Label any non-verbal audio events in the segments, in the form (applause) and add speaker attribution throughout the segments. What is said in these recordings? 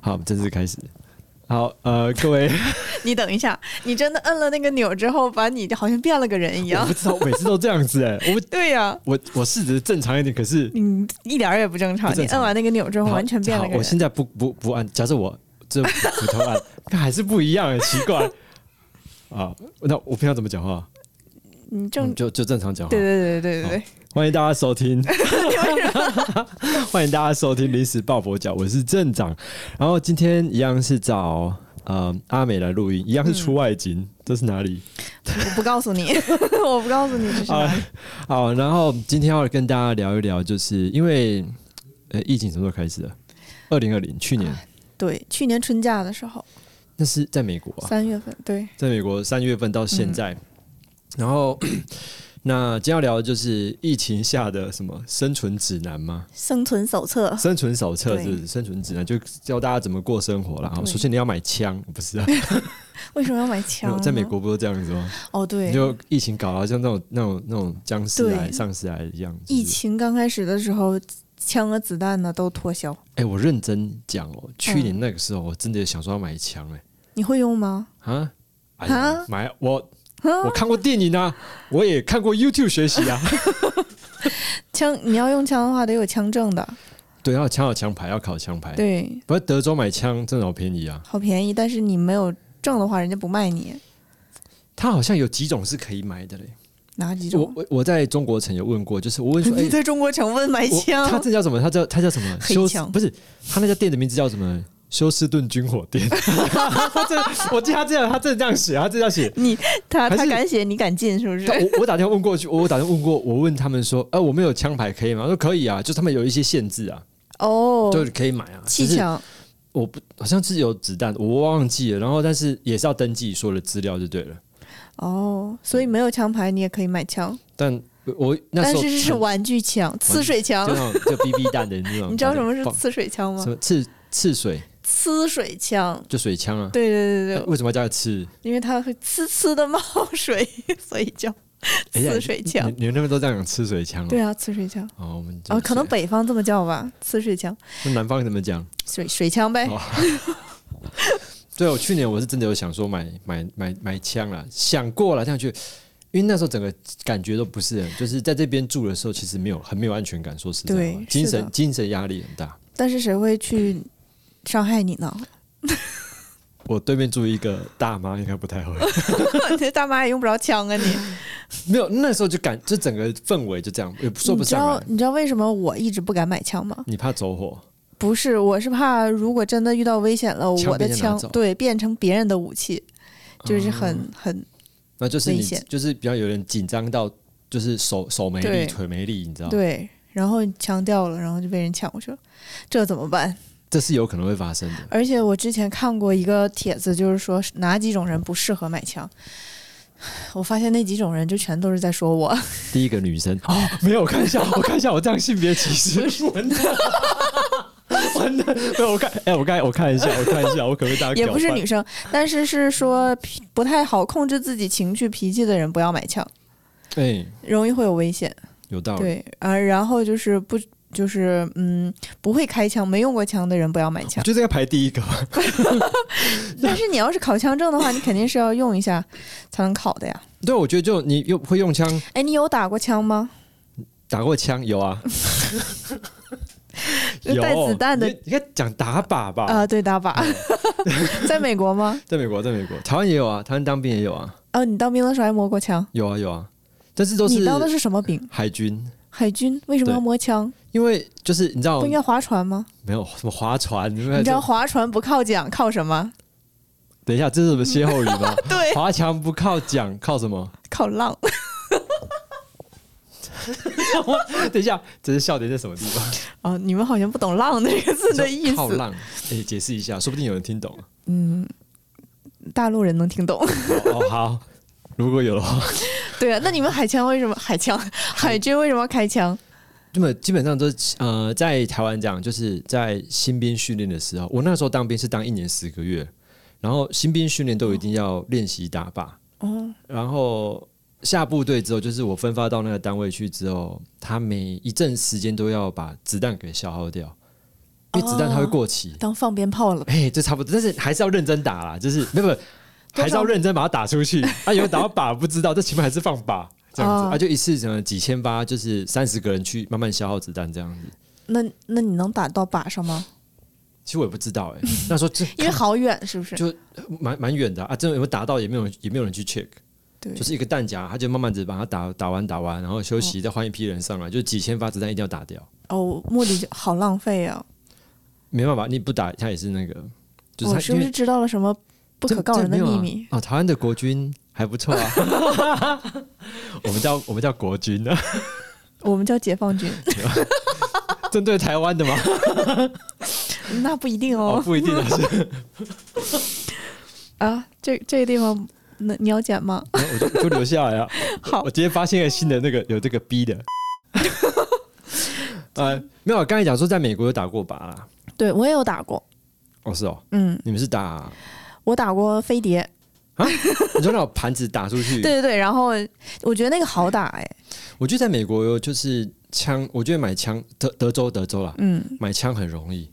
Speaker 1: 好，我们正式开始。好，呃，各位，
Speaker 2: 你等一下，你真的摁了那个钮之后，把 (laughs) 你好像变了个人一
Speaker 1: 我
Speaker 2: 样
Speaker 1: 不。知道我每次都这样子哎、我
Speaker 2: 对呀、
Speaker 1: 我我试着正常一点，可是
Speaker 2: 你一点儿也不正常。
Speaker 1: 不正常
Speaker 2: 你摁完那个钮之后，
Speaker 1: 好
Speaker 2: 完全变了
Speaker 1: 好
Speaker 2: 个
Speaker 1: 我现
Speaker 2: 人。
Speaker 1: 在不不不按，假设我这斧头按，看还是不一样哎、奇怪啊。那我平常怎么讲话？
Speaker 2: 你
Speaker 1: 嗯
Speaker 2: 正
Speaker 1: 就就正常讲话。
Speaker 2: 对对对对对对，
Speaker 1: 欢迎大家收
Speaker 2: (laughs)
Speaker 1: 听，欢迎大家收听临时抱佛脚，我是镇长。然后今天一样是找呃阿美来录音，一样是
Speaker 2: 嗯
Speaker 1: 出外景，这是哪里？
Speaker 2: 我不告诉你， (laughs) 我不告诉你这是哪
Speaker 1: 啊
Speaker 2: 里。，
Speaker 1: 好，然后今天要跟大家聊一聊，就是因为呃疫情什么时候开始的？二零二零，去年，
Speaker 2: 对，去年春假的时候，
Speaker 1: 那是在美国啊、
Speaker 2: 三月嗯份，对，
Speaker 1: 在美国三月份到现在，然后 (clears throat) 那今天要聊的就是疫情下的什么生存指南吗？
Speaker 2: 生存手册。
Speaker 1: 生存手册
Speaker 2: 对
Speaker 1: 是不是生存指南，就教大家怎么过生活啦。好，
Speaker 2: 对
Speaker 1: 首先你要买枪，不是啊？
Speaker 2: 为什么要买
Speaker 1: 没
Speaker 2: 枪
Speaker 1: 有 (laughs)
Speaker 2: 呢？
Speaker 1: 在美国不是这样子吗？
Speaker 2: 哦，
Speaker 1: 你
Speaker 2: 对，
Speaker 1: 就疫情搞到像那种那种那种僵尸来、
Speaker 2: 对
Speaker 1: 丧尸来一样。
Speaker 2: 疫
Speaker 1: 情。
Speaker 2: 情刚开始的时候，枪和子弹呢都脱销。
Speaker 1: 哎、我认真讲哦，去
Speaker 2: 嗯
Speaker 1: 年那个时候，我真的想说要买枪哎、
Speaker 2: 你会用吗？
Speaker 1: 啊，哎呀
Speaker 2: 啊，
Speaker 1: 买我
Speaker 2: 啊
Speaker 1: 我看过电影啊，我也看过 YouTube 学习啊， (laughs)
Speaker 2: 枪，你要用枪的话，得有枪证的。
Speaker 1: 对，要枪有枪牌，要考枪牌。
Speaker 2: 对，
Speaker 1: 不是德州买枪真的好便宜啊，
Speaker 2: 好便宜，但是你没有证的话，人家不卖你。
Speaker 1: 它好像有几种是可以买的嘞。
Speaker 2: 哪几
Speaker 1: 我
Speaker 2: 种？
Speaker 1: 我我在中国城有问过，就是我问说，哎、
Speaker 2: (laughs) 你在中国城问买
Speaker 1: 我
Speaker 2: (laughs)
Speaker 1: 它
Speaker 2: 枪？
Speaker 1: 这叫什么？它叫它叫什么？
Speaker 2: 黑
Speaker 1: 休
Speaker 2: 枪
Speaker 1: 不是，它那家店的名字叫什么？休斯顿军火店。 (laughs) 他这我记得他这样，他真的这样写，他真的这样写。
Speaker 2: 你他
Speaker 1: 还
Speaker 2: 他
Speaker 1: 是
Speaker 2: 敢写，你敢进是 (laughs) 不是？
Speaker 1: 但我我打电话问过去，我我打电话问过，我问他们说，呃，我们有枪牌可以吗？他说可以啊，就他们有一些限制啊，
Speaker 2: 哦，
Speaker 1: 就是可以买啊。
Speaker 2: 气
Speaker 1: 只是
Speaker 2: 枪
Speaker 1: 我不好像是有子弹，我忘记了。然后但是也是要登记所有的资料就对了。
Speaker 2: 哦，所以没有枪牌你也可以买枪，
Speaker 1: 但我那时
Speaker 2: 但
Speaker 1: 候
Speaker 2: 是是玩具枪、呲水枪
Speaker 1: 就。那种就 BB 弹的那种，
Speaker 2: (laughs) 你知道什么是
Speaker 1: 放
Speaker 2: 呲水枪吗
Speaker 1: 什？么刺刺水
Speaker 2: 呲水枪，
Speaker 1: 就水枪啊？
Speaker 2: 对对对
Speaker 1: 哎
Speaker 2: 对，
Speaker 1: 为什么要加个刺？
Speaker 2: 因为它会呲呲的冒水， (laughs) 所以叫
Speaker 1: 哎呀
Speaker 2: 呲水枪
Speaker 1: 你。你们那边都这样讲刺水枪哦？
Speaker 2: 对啊，呲水枪。
Speaker 1: 哦，我们这
Speaker 2: 哦，可能北方这么叫吧，呲水枪，
Speaker 1: 那南方怎么讲？
Speaker 2: 水水枪呗。
Speaker 1: 哦对，我去年我是真的有想说买买买买枪啦，想过了，但去，因为那时候整个感觉都不是很，就是在这边住的时候，其实没有很没有安全感，说实在
Speaker 2: 对
Speaker 1: 话，精
Speaker 2: 是
Speaker 1: 神
Speaker 2: 的
Speaker 1: 精神压力很大。
Speaker 2: 但是谁会去伤害你 (laughs) 呢？
Speaker 1: 我对面住一个大妈，应该不太
Speaker 2: (laughs)
Speaker 1: 会。
Speaker 2: 你这大妈也用不着枪啊你！
Speaker 1: 没有，那时候就感，就整个氛围就这样，也说不
Speaker 2: 你知
Speaker 1: 上
Speaker 2: 道
Speaker 1: 来。
Speaker 2: 你知道为什么我一直不敢买枪吗？
Speaker 1: 你怕走火，
Speaker 2: 不是，我是怕如果真的遇到危险了，
Speaker 1: 枪
Speaker 2: 我的
Speaker 1: 被人家拿
Speaker 2: 枪
Speaker 1: 走嗯
Speaker 2: 对变成别人的武器，就是很、很
Speaker 1: 那就是你
Speaker 2: 危险
Speaker 1: 就是比较有点紧张到，就是手手没力，
Speaker 2: 对
Speaker 1: 腿没力，你知道，
Speaker 2: 对。然后枪掉了，然后就被人抢过去了，这怎么办？
Speaker 1: 这是有可能会发生的。
Speaker 2: 而且我之前看过一个帖子，就是说哪几种人不适合买枪。我发现那几种人就全都是在说
Speaker 1: (laughs) 啊
Speaker 2: 我，
Speaker 1: 第一个女生哦，没有，我看一
Speaker 2: (laughs)
Speaker 1: 下，我看一下，我这样性别歧视，完蛋，完蛋，没有，我看，哎、我看，我看一下，我看一下，我可不可以大家
Speaker 2: 也不是
Speaker 1: 搅拌
Speaker 2: 女生，但是是说脾不太好控制自己情绪脾气的人不要买枪，
Speaker 1: 哎、
Speaker 2: 容易会有危险。
Speaker 1: 有道理。
Speaker 2: 对，啊，然后就是不就是嗯，不会开枪、没用过枪的人不要
Speaker 1: (laughs)
Speaker 2: 买
Speaker 1: 我
Speaker 2: 枪。
Speaker 1: 觉得应该排第一个吧，
Speaker 2: 但是你要是考枪证的话，你肯定是要用一下才能考的呀。
Speaker 1: 对，我觉得就你又会用枪
Speaker 2: 哎，你有打过枪吗？
Speaker 1: 打过枪，有
Speaker 2: (laughs)
Speaker 1: 啊，有
Speaker 2: 带子弹的
Speaker 1: 你你应该讲打嗯靶吧？
Speaker 2: 啊、对，打靶， (laughs) 在美国吗？
Speaker 1: 在美国，在美国，台湾也有啊，台湾当兵也有啊，
Speaker 2: 哦，你当兵的时候还摸过枪？
Speaker 1: 有啊有啊，但是都
Speaker 2: 你
Speaker 1: 是
Speaker 2: 当的是什么兵？
Speaker 1: 海军，
Speaker 2: 海军？为什么
Speaker 1: 对哦
Speaker 2: 要摸枪？
Speaker 1: 因为就是你知道
Speaker 2: 不应该划船吗？
Speaker 1: 没有什么划船，你
Speaker 2: 你知道划船不靠桨，靠什么？
Speaker 1: 等一下，这是什么歇后语吗？(laughs)
Speaker 2: 对，
Speaker 1: 华强不靠桨，靠什么？
Speaker 2: (laughs)
Speaker 1: (laughs)
Speaker 2: 靠浪。
Speaker 1: 等一下，这是笑点在什么地
Speaker 2: (laughs)
Speaker 1: 方？
Speaker 2: 哦，你们好像不懂“浪”这个字的意
Speaker 1: 靠
Speaker 2: 思。
Speaker 1: 浪，哎、解释一下，说不定有人听懂。啊
Speaker 2: 大陆人能听懂。 (laughs)
Speaker 1: 哦，哦好，如果有的话，
Speaker 2: 对啊，那你们海枪为什么海枪海军为什么要开枪？
Speaker 1: (laughs) 那么基本上都是呃，在台湾讲，就是在新兵训练的时候，我那时候当兵是当一年十个月，然后新兵训练都一定要练习打靶，
Speaker 2: 哦，
Speaker 1: 然后下部队之后，就是我分发到那个单位去之后，他每一阵时间都要把子弹给消耗掉。因为子弹它会过期。
Speaker 2: 当放鞭炮了。
Speaker 1: 哎、这差不多，但是还是要认真打啦，就是没有没有，
Speaker 2: 少
Speaker 1: 还是要认真把它打出
Speaker 2: (laughs)
Speaker 1: 去。啊，有人打到靶不知道，这起码还是放靶这样子，
Speaker 2: 哦
Speaker 1: 啊，就一次什么几千发，就是三十个人去慢慢消耗子弹这样子。
Speaker 2: 那那你能打到靶上吗？
Speaker 1: 其实我也不知道
Speaker 2: (laughs)
Speaker 1: 哎、那时候这
Speaker 2: 因为好远，是不是？
Speaker 1: 就蛮蛮远的啊，啊真的有没有打到也没有人也没有人去 check，
Speaker 2: 对，
Speaker 1: 就是一个弹夹，他就慢慢的把它打打完打完，然后休息，再换一批人上来，就几千发子弹一定要打掉，
Speaker 2: 哦，目的就好浪费啊！
Speaker 1: 没办法，你不打他也是那个，就是
Speaker 2: 我
Speaker 1: 他
Speaker 2: 是哦
Speaker 1: 因
Speaker 2: 不是
Speaker 1: 为
Speaker 2: 知道了什么不
Speaker 1: 这
Speaker 2: 可告人的
Speaker 1: 这没有
Speaker 2: 秘
Speaker 1: 啊
Speaker 2: 密？
Speaker 1: 啊？台湾的国军还不错啊，
Speaker 2: (laughs)
Speaker 1: 我们叫我们叫国军啊， (laughs)
Speaker 2: 我们叫解放军，
Speaker 1: 针对台湾的吗？
Speaker 2: 那不一定
Speaker 1: 哦，
Speaker 2: 哦。
Speaker 1: 不一定啊
Speaker 2: (laughs)
Speaker 1: 是，
Speaker 2: 啊，这这个地方，那你要剪吗？
Speaker 1: 我就就留下来啊。
Speaker 2: 好
Speaker 1: 我今天发现了新的那个有这个 B
Speaker 2: (laughs)
Speaker 1: 的。呃，没有，刚才讲说在美国有打过靶啦。
Speaker 2: 对我也有打过，
Speaker 1: 哦，是哦，
Speaker 2: 嗯，
Speaker 1: 你们是打，
Speaker 2: 我打过飞碟，
Speaker 1: 你说那种盘子打出去。
Speaker 2: (laughs) 对对对，然后我觉得那个好打哎，
Speaker 1: 我觉得在美国有就是枪，我觉得买枪德德州德州啦，
Speaker 2: 嗯，
Speaker 1: 买枪很容易。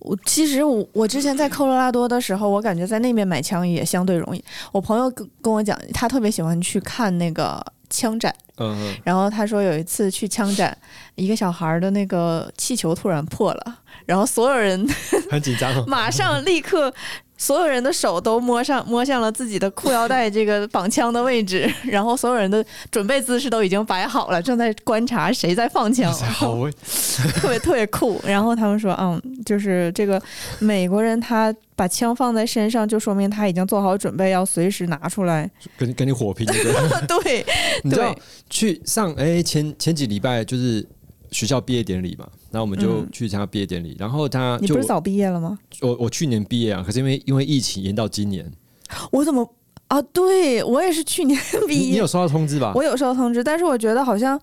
Speaker 2: 我其实我我之前在科罗拉多的时候，我感觉在那边买枪也相对容易。我朋友跟跟我讲，他特别喜欢去看那个枪展，
Speaker 1: 嗯，
Speaker 2: 然后他说有一次去枪展，一个小孩儿的那个气球突然破了，然后所有人
Speaker 1: 很紧张
Speaker 2: (laughs)
Speaker 1: 哦。
Speaker 2: 马上立刻，所有人的手都摸上摸向了自己的裤腰带这个绑枪的位置， (laughs) 然后所有人的准备姿势都已经摆好了，正在观察谁在放枪，
Speaker 1: 好，我
Speaker 2: (laughs) 特别特别酷。然后他们说，嗯，就是这个美国人他把枪放在身上，就说明他已经做好准备，要随时拿出来。
Speaker 1: 跟你跟你火拼对不对。
Speaker 2: 对，
Speaker 1: 你知道
Speaker 2: 对
Speaker 1: 去上哎、前前几礼拜就是学校毕业典礼嘛，然后我们就
Speaker 2: 嗯
Speaker 1: 去参加毕业典礼，然后他
Speaker 2: 你
Speaker 1: 就
Speaker 2: 不是早毕业了吗？
Speaker 1: 我我去年毕业啊，可是因为因为疫情延到今年，
Speaker 2: 我怎么啊？对我也是去
Speaker 1: (laughs)
Speaker 2: 年
Speaker 1: 你
Speaker 2: 毕
Speaker 1: 你
Speaker 2: 业，
Speaker 1: 有收到通知吧？
Speaker 2: 我有收到通知，但是我觉得好像，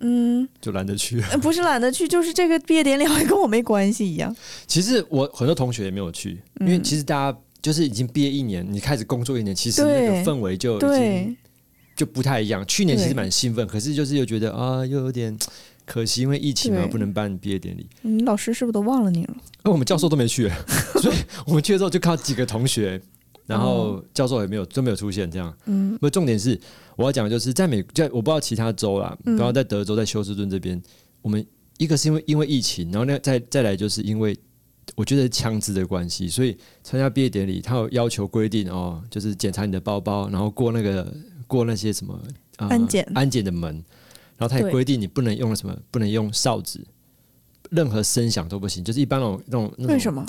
Speaker 2: 嗯。
Speaker 1: 就懒得去。 (laughs)
Speaker 2: 呃不是懒得去，就是这个毕业典礼好像跟我没关系一样。
Speaker 1: 其实我很多同学也没有去，
Speaker 2: 嗯
Speaker 1: 因为其实大家就是已经毕业一年，你开始工作一年，其实那个
Speaker 2: 对
Speaker 1: 氛围就已经
Speaker 2: 对，
Speaker 1: 就不太一样。去年其实
Speaker 2: 对
Speaker 1: 蛮兴奋，可是就是又觉得啊，又有点可惜，因为疫情嘛，
Speaker 2: 对
Speaker 1: 不能办毕业典礼。
Speaker 2: 你嗯老师是不是都忘了你了？
Speaker 1: 而我们教授都没去， (laughs) 所以我们去的时候就看到几个同学，然后教授也没有都没有出现这样。
Speaker 2: 嗯，
Speaker 1: 不，重点是我要讲的就是在美，在我不知道其他州啦，
Speaker 2: 嗯
Speaker 1: 然后在德州、在休斯顿这边，我们一个是因为因为疫情，然后那再再来就是因为我觉得枪支的关系，所以参加毕业典礼，他有要求规定哦，就是检查你的包包，然后过那个过那些什么、呃
Speaker 2: 安检
Speaker 1: 安检的门，然后他也
Speaker 2: 对
Speaker 1: 规定你不能用什么，不能用哨子，任何声响都不行，就是一般那种那种那种
Speaker 2: 为什么？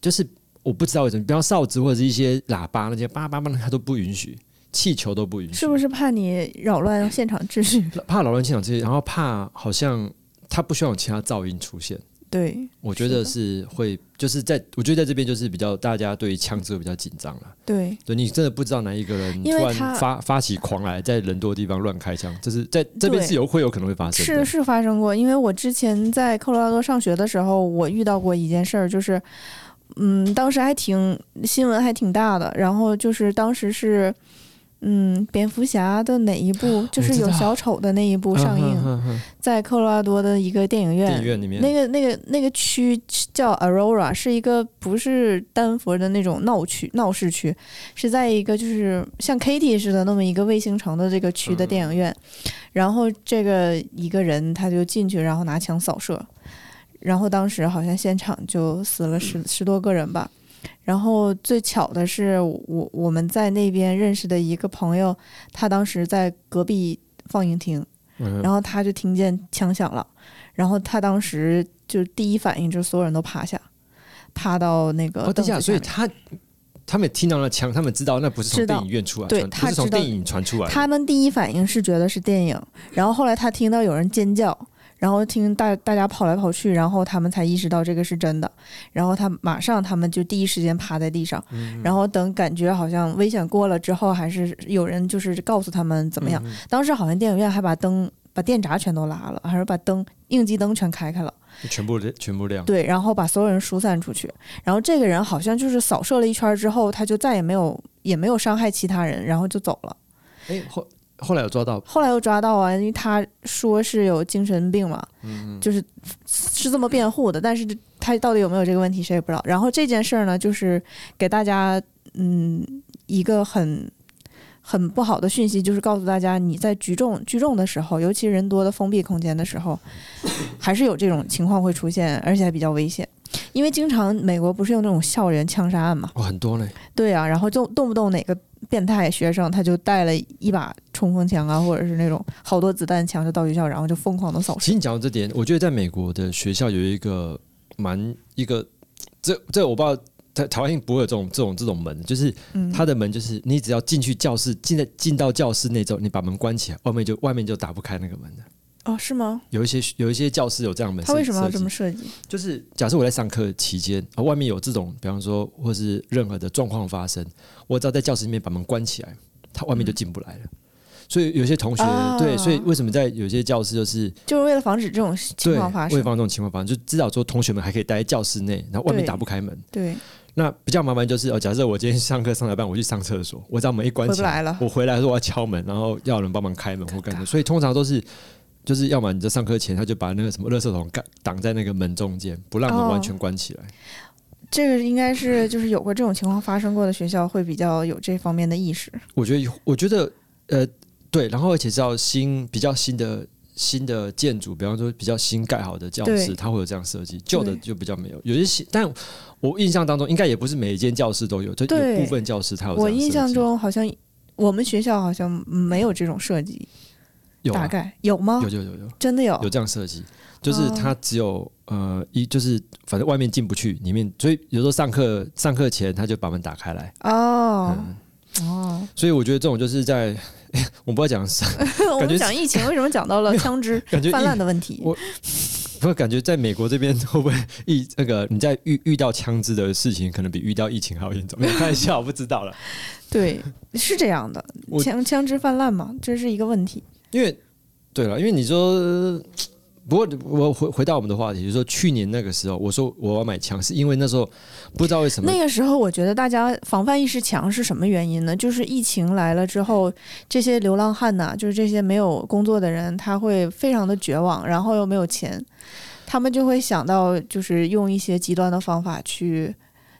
Speaker 1: 就是我不知道为什么，比方哨子或者是一些喇叭那些叭叭叭，他都不允许，气球都不允许，
Speaker 2: 是不是怕你扰乱现场秩序？
Speaker 1: 怕扰乱现场这些，然后怕好像他不希望有其他噪音出现。
Speaker 2: 对，
Speaker 1: 我觉得是会，就是在我觉得在这边就是比较大家对于枪支会比较紧张了。
Speaker 2: 对，
Speaker 1: 对你真的不知道哪一个人突
Speaker 2: 因为
Speaker 1: 然
Speaker 2: 他
Speaker 1: 发发起狂来，在人多的地方乱开枪，这是在这边
Speaker 2: 对
Speaker 1: 是有会有可能会发生
Speaker 2: 是
Speaker 1: 的。
Speaker 2: 是发生过，因为我之前在科罗拉多上学的时候，我遇到过一件事儿，就是，嗯，当时还挺新闻还挺大的，然后就是当时是，嗯，蝙蝠侠的哪一部，就是
Speaker 1: 啊知
Speaker 2: 有
Speaker 1: 道
Speaker 2: 小丑的那一部上映，
Speaker 1: 嗯嗯嗯嗯
Speaker 2: 在科罗拉多的一个电影
Speaker 1: 电
Speaker 2: 院
Speaker 1: 影，院里面
Speaker 2: 那个那个那个区叫 Aurora，是一个不是丹佛的那种闹区闹市区，是在一个就是像 Katy 似的那么一个卫星城的这个区的电影院。然后这个一个人他就进去，然后拿枪扫射，然后当时好像现场就死了十、十多个人吧。然后最巧的是我，我我们在那边认识的一个朋友，他当时在隔壁放映厅，
Speaker 1: 嗯
Speaker 2: 然后他就听见枪响了，然后他当时就第一反应就是所有人都趴下，趴到那个
Speaker 1: 哦，等
Speaker 2: 凳
Speaker 1: 一
Speaker 2: 子下
Speaker 1: 下，
Speaker 2: 面。
Speaker 1: 所以他他们也听到那枪，他们知道那不是从
Speaker 2: 知道
Speaker 1: 电影院出来的
Speaker 2: 对
Speaker 1: 传，不
Speaker 2: 他
Speaker 1: 是从
Speaker 2: 知道
Speaker 1: 电影传出来的。
Speaker 2: 他们第一反应是觉得是电影，然后后来他听到有人尖叫，然后听大大家跑来跑去，然后他们才意识到这个是真的，然后他马上他们就第一时间趴在地上，
Speaker 1: 嗯
Speaker 2: 然后等感觉好像危险过了之后，还是有人就是告诉他们怎么样。
Speaker 1: 嗯
Speaker 2: 当时好像电影院还把灯、把电闸全都拉了，还是把灯应急灯全开开了。
Speaker 1: 全部全部亮。
Speaker 2: 对，然后把所有人疏散出去。然后这个人好像就是扫射了一圈儿之后，他就再也没有也没有伤害其他人，然后就走了。
Speaker 1: 哎，后后来有抓到，
Speaker 2: 后来又抓到啊，因为他说是有精神病嘛，就是是这么辩护的，但是他他到底有没有这个问题，谁也不知道。然后这件事儿呢，就是给大家嗯一个很很不好的讯息，就是告诉大家，你在聚众聚众的时候，尤其人多的封闭空间的时候，还是有这种情况会出现，而且还比较危险。因为经常美国不是有那种校园枪杀案嘛？
Speaker 1: 哦，很多嘞，
Speaker 2: 对啊，然后就动不动哪个变态学生他就带了一把冲锋枪啊，或者是那种好多子弹枪就到学校，然后就疯狂的扫
Speaker 1: 其
Speaker 2: 射。
Speaker 1: 实你讲到这点，我觉得在美国的学校有一个蛮一个，这这我不知道，在台湾不会有这种这种这种门，就是
Speaker 2: 嗯，
Speaker 1: 它的门就是你只要进去教室，进在进到教室内之后，你把门关起来，外面就外面就打不开那个门的。
Speaker 2: 哦，是吗？
Speaker 1: 有一些有一些教室有这样的门，
Speaker 2: 他为什么要这么
Speaker 1: 设计？
Speaker 2: 设计？
Speaker 1: 就是假设我在上课期间，啊，外面有这种，比方说或是任何的状况发生，我只要在教室里面把门关起来，它外面就进不来了。所以有些同学、
Speaker 2: 嗯啊
Speaker 1: 对，所以为什么在有些教室就是
Speaker 2: 就是为了防止这种情
Speaker 1: 对，
Speaker 2: 况发
Speaker 1: 为
Speaker 2: 生。
Speaker 1: 防这种情况发生，就至少说同学们还可以待在教室内，然后外面
Speaker 2: 对
Speaker 1: 打不开门。
Speaker 2: 对，
Speaker 1: 那比较麻烦就是，呃，假设我今天上课上到一半，我去上厕所，我只要门一关
Speaker 2: 回
Speaker 1: 起
Speaker 2: 不
Speaker 1: 来，
Speaker 2: 来了。
Speaker 1: 我回来的时候我要敲门，然后要有人帮忙开门或干什么。所以通常都是，就是要么你在上课前他就把那个什么垃圾桶盖挡在那个门中间，不让门
Speaker 2: 哦
Speaker 1: 完全关起来。
Speaker 2: 这个应该是就是有过这种情况发生过的学校会比较有这方面的意识。
Speaker 1: 我觉得，我觉得，呃，对，然后而且知道新比较新的新的建筑，比方说比较新盖好的教室，
Speaker 2: 对
Speaker 1: 它会有这样设计，旧的就比较没有。有些新，但我印象当中应该也不是每一间教室都有，就有
Speaker 2: 对
Speaker 1: 部分教室它有这样
Speaker 2: 我
Speaker 1: 设计。
Speaker 2: 印象中好像我们学校好像没有这种设计，
Speaker 1: 有、
Speaker 2: 大
Speaker 1: 啊、
Speaker 2: 概有吗
Speaker 1: 有？有有有
Speaker 2: 真的有
Speaker 1: 有这样设计，就是
Speaker 2: 哦
Speaker 1: 它只有呃一就是反正外面进不去，里面所以有时候上课上课前他就把门打开来，
Speaker 2: 哦
Speaker 1: 嗯，
Speaker 2: 哦。
Speaker 1: 所以我觉得这种就是在。 (laughs) 我不知道讲啥，
Speaker 2: 我们讲疫情，为什么讲到了枪支
Speaker 1: 感觉
Speaker 2: 泛
Speaker 1: 疫
Speaker 2: 滥的问题？
Speaker 1: 我不感觉在美国这边会不会疫那个你在遇遇到枪支的事情，可能比遇到疫情还要严重？没有开玩笑，我不知道了。
Speaker 2: 对，是这样的，
Speaker 1: 我
Speaker 2: 枪枪支泛滥嘛，这是一个问题。
Speaker 1: (laughs) 因为对了，因为你说，呃不过我回回到我们的话题，就是说去年那个时候，我说我要买枪，是因为那时候不知道为什么
Speaker 2: 那个时候，我觉得大家防范意识强是什么原因呢？就是疫情来了之后，这些流浪汉呐、就是这些没有工作的人，他会非常的绝望，然后又没有钱，他们就会想到就是用一些极端的方法去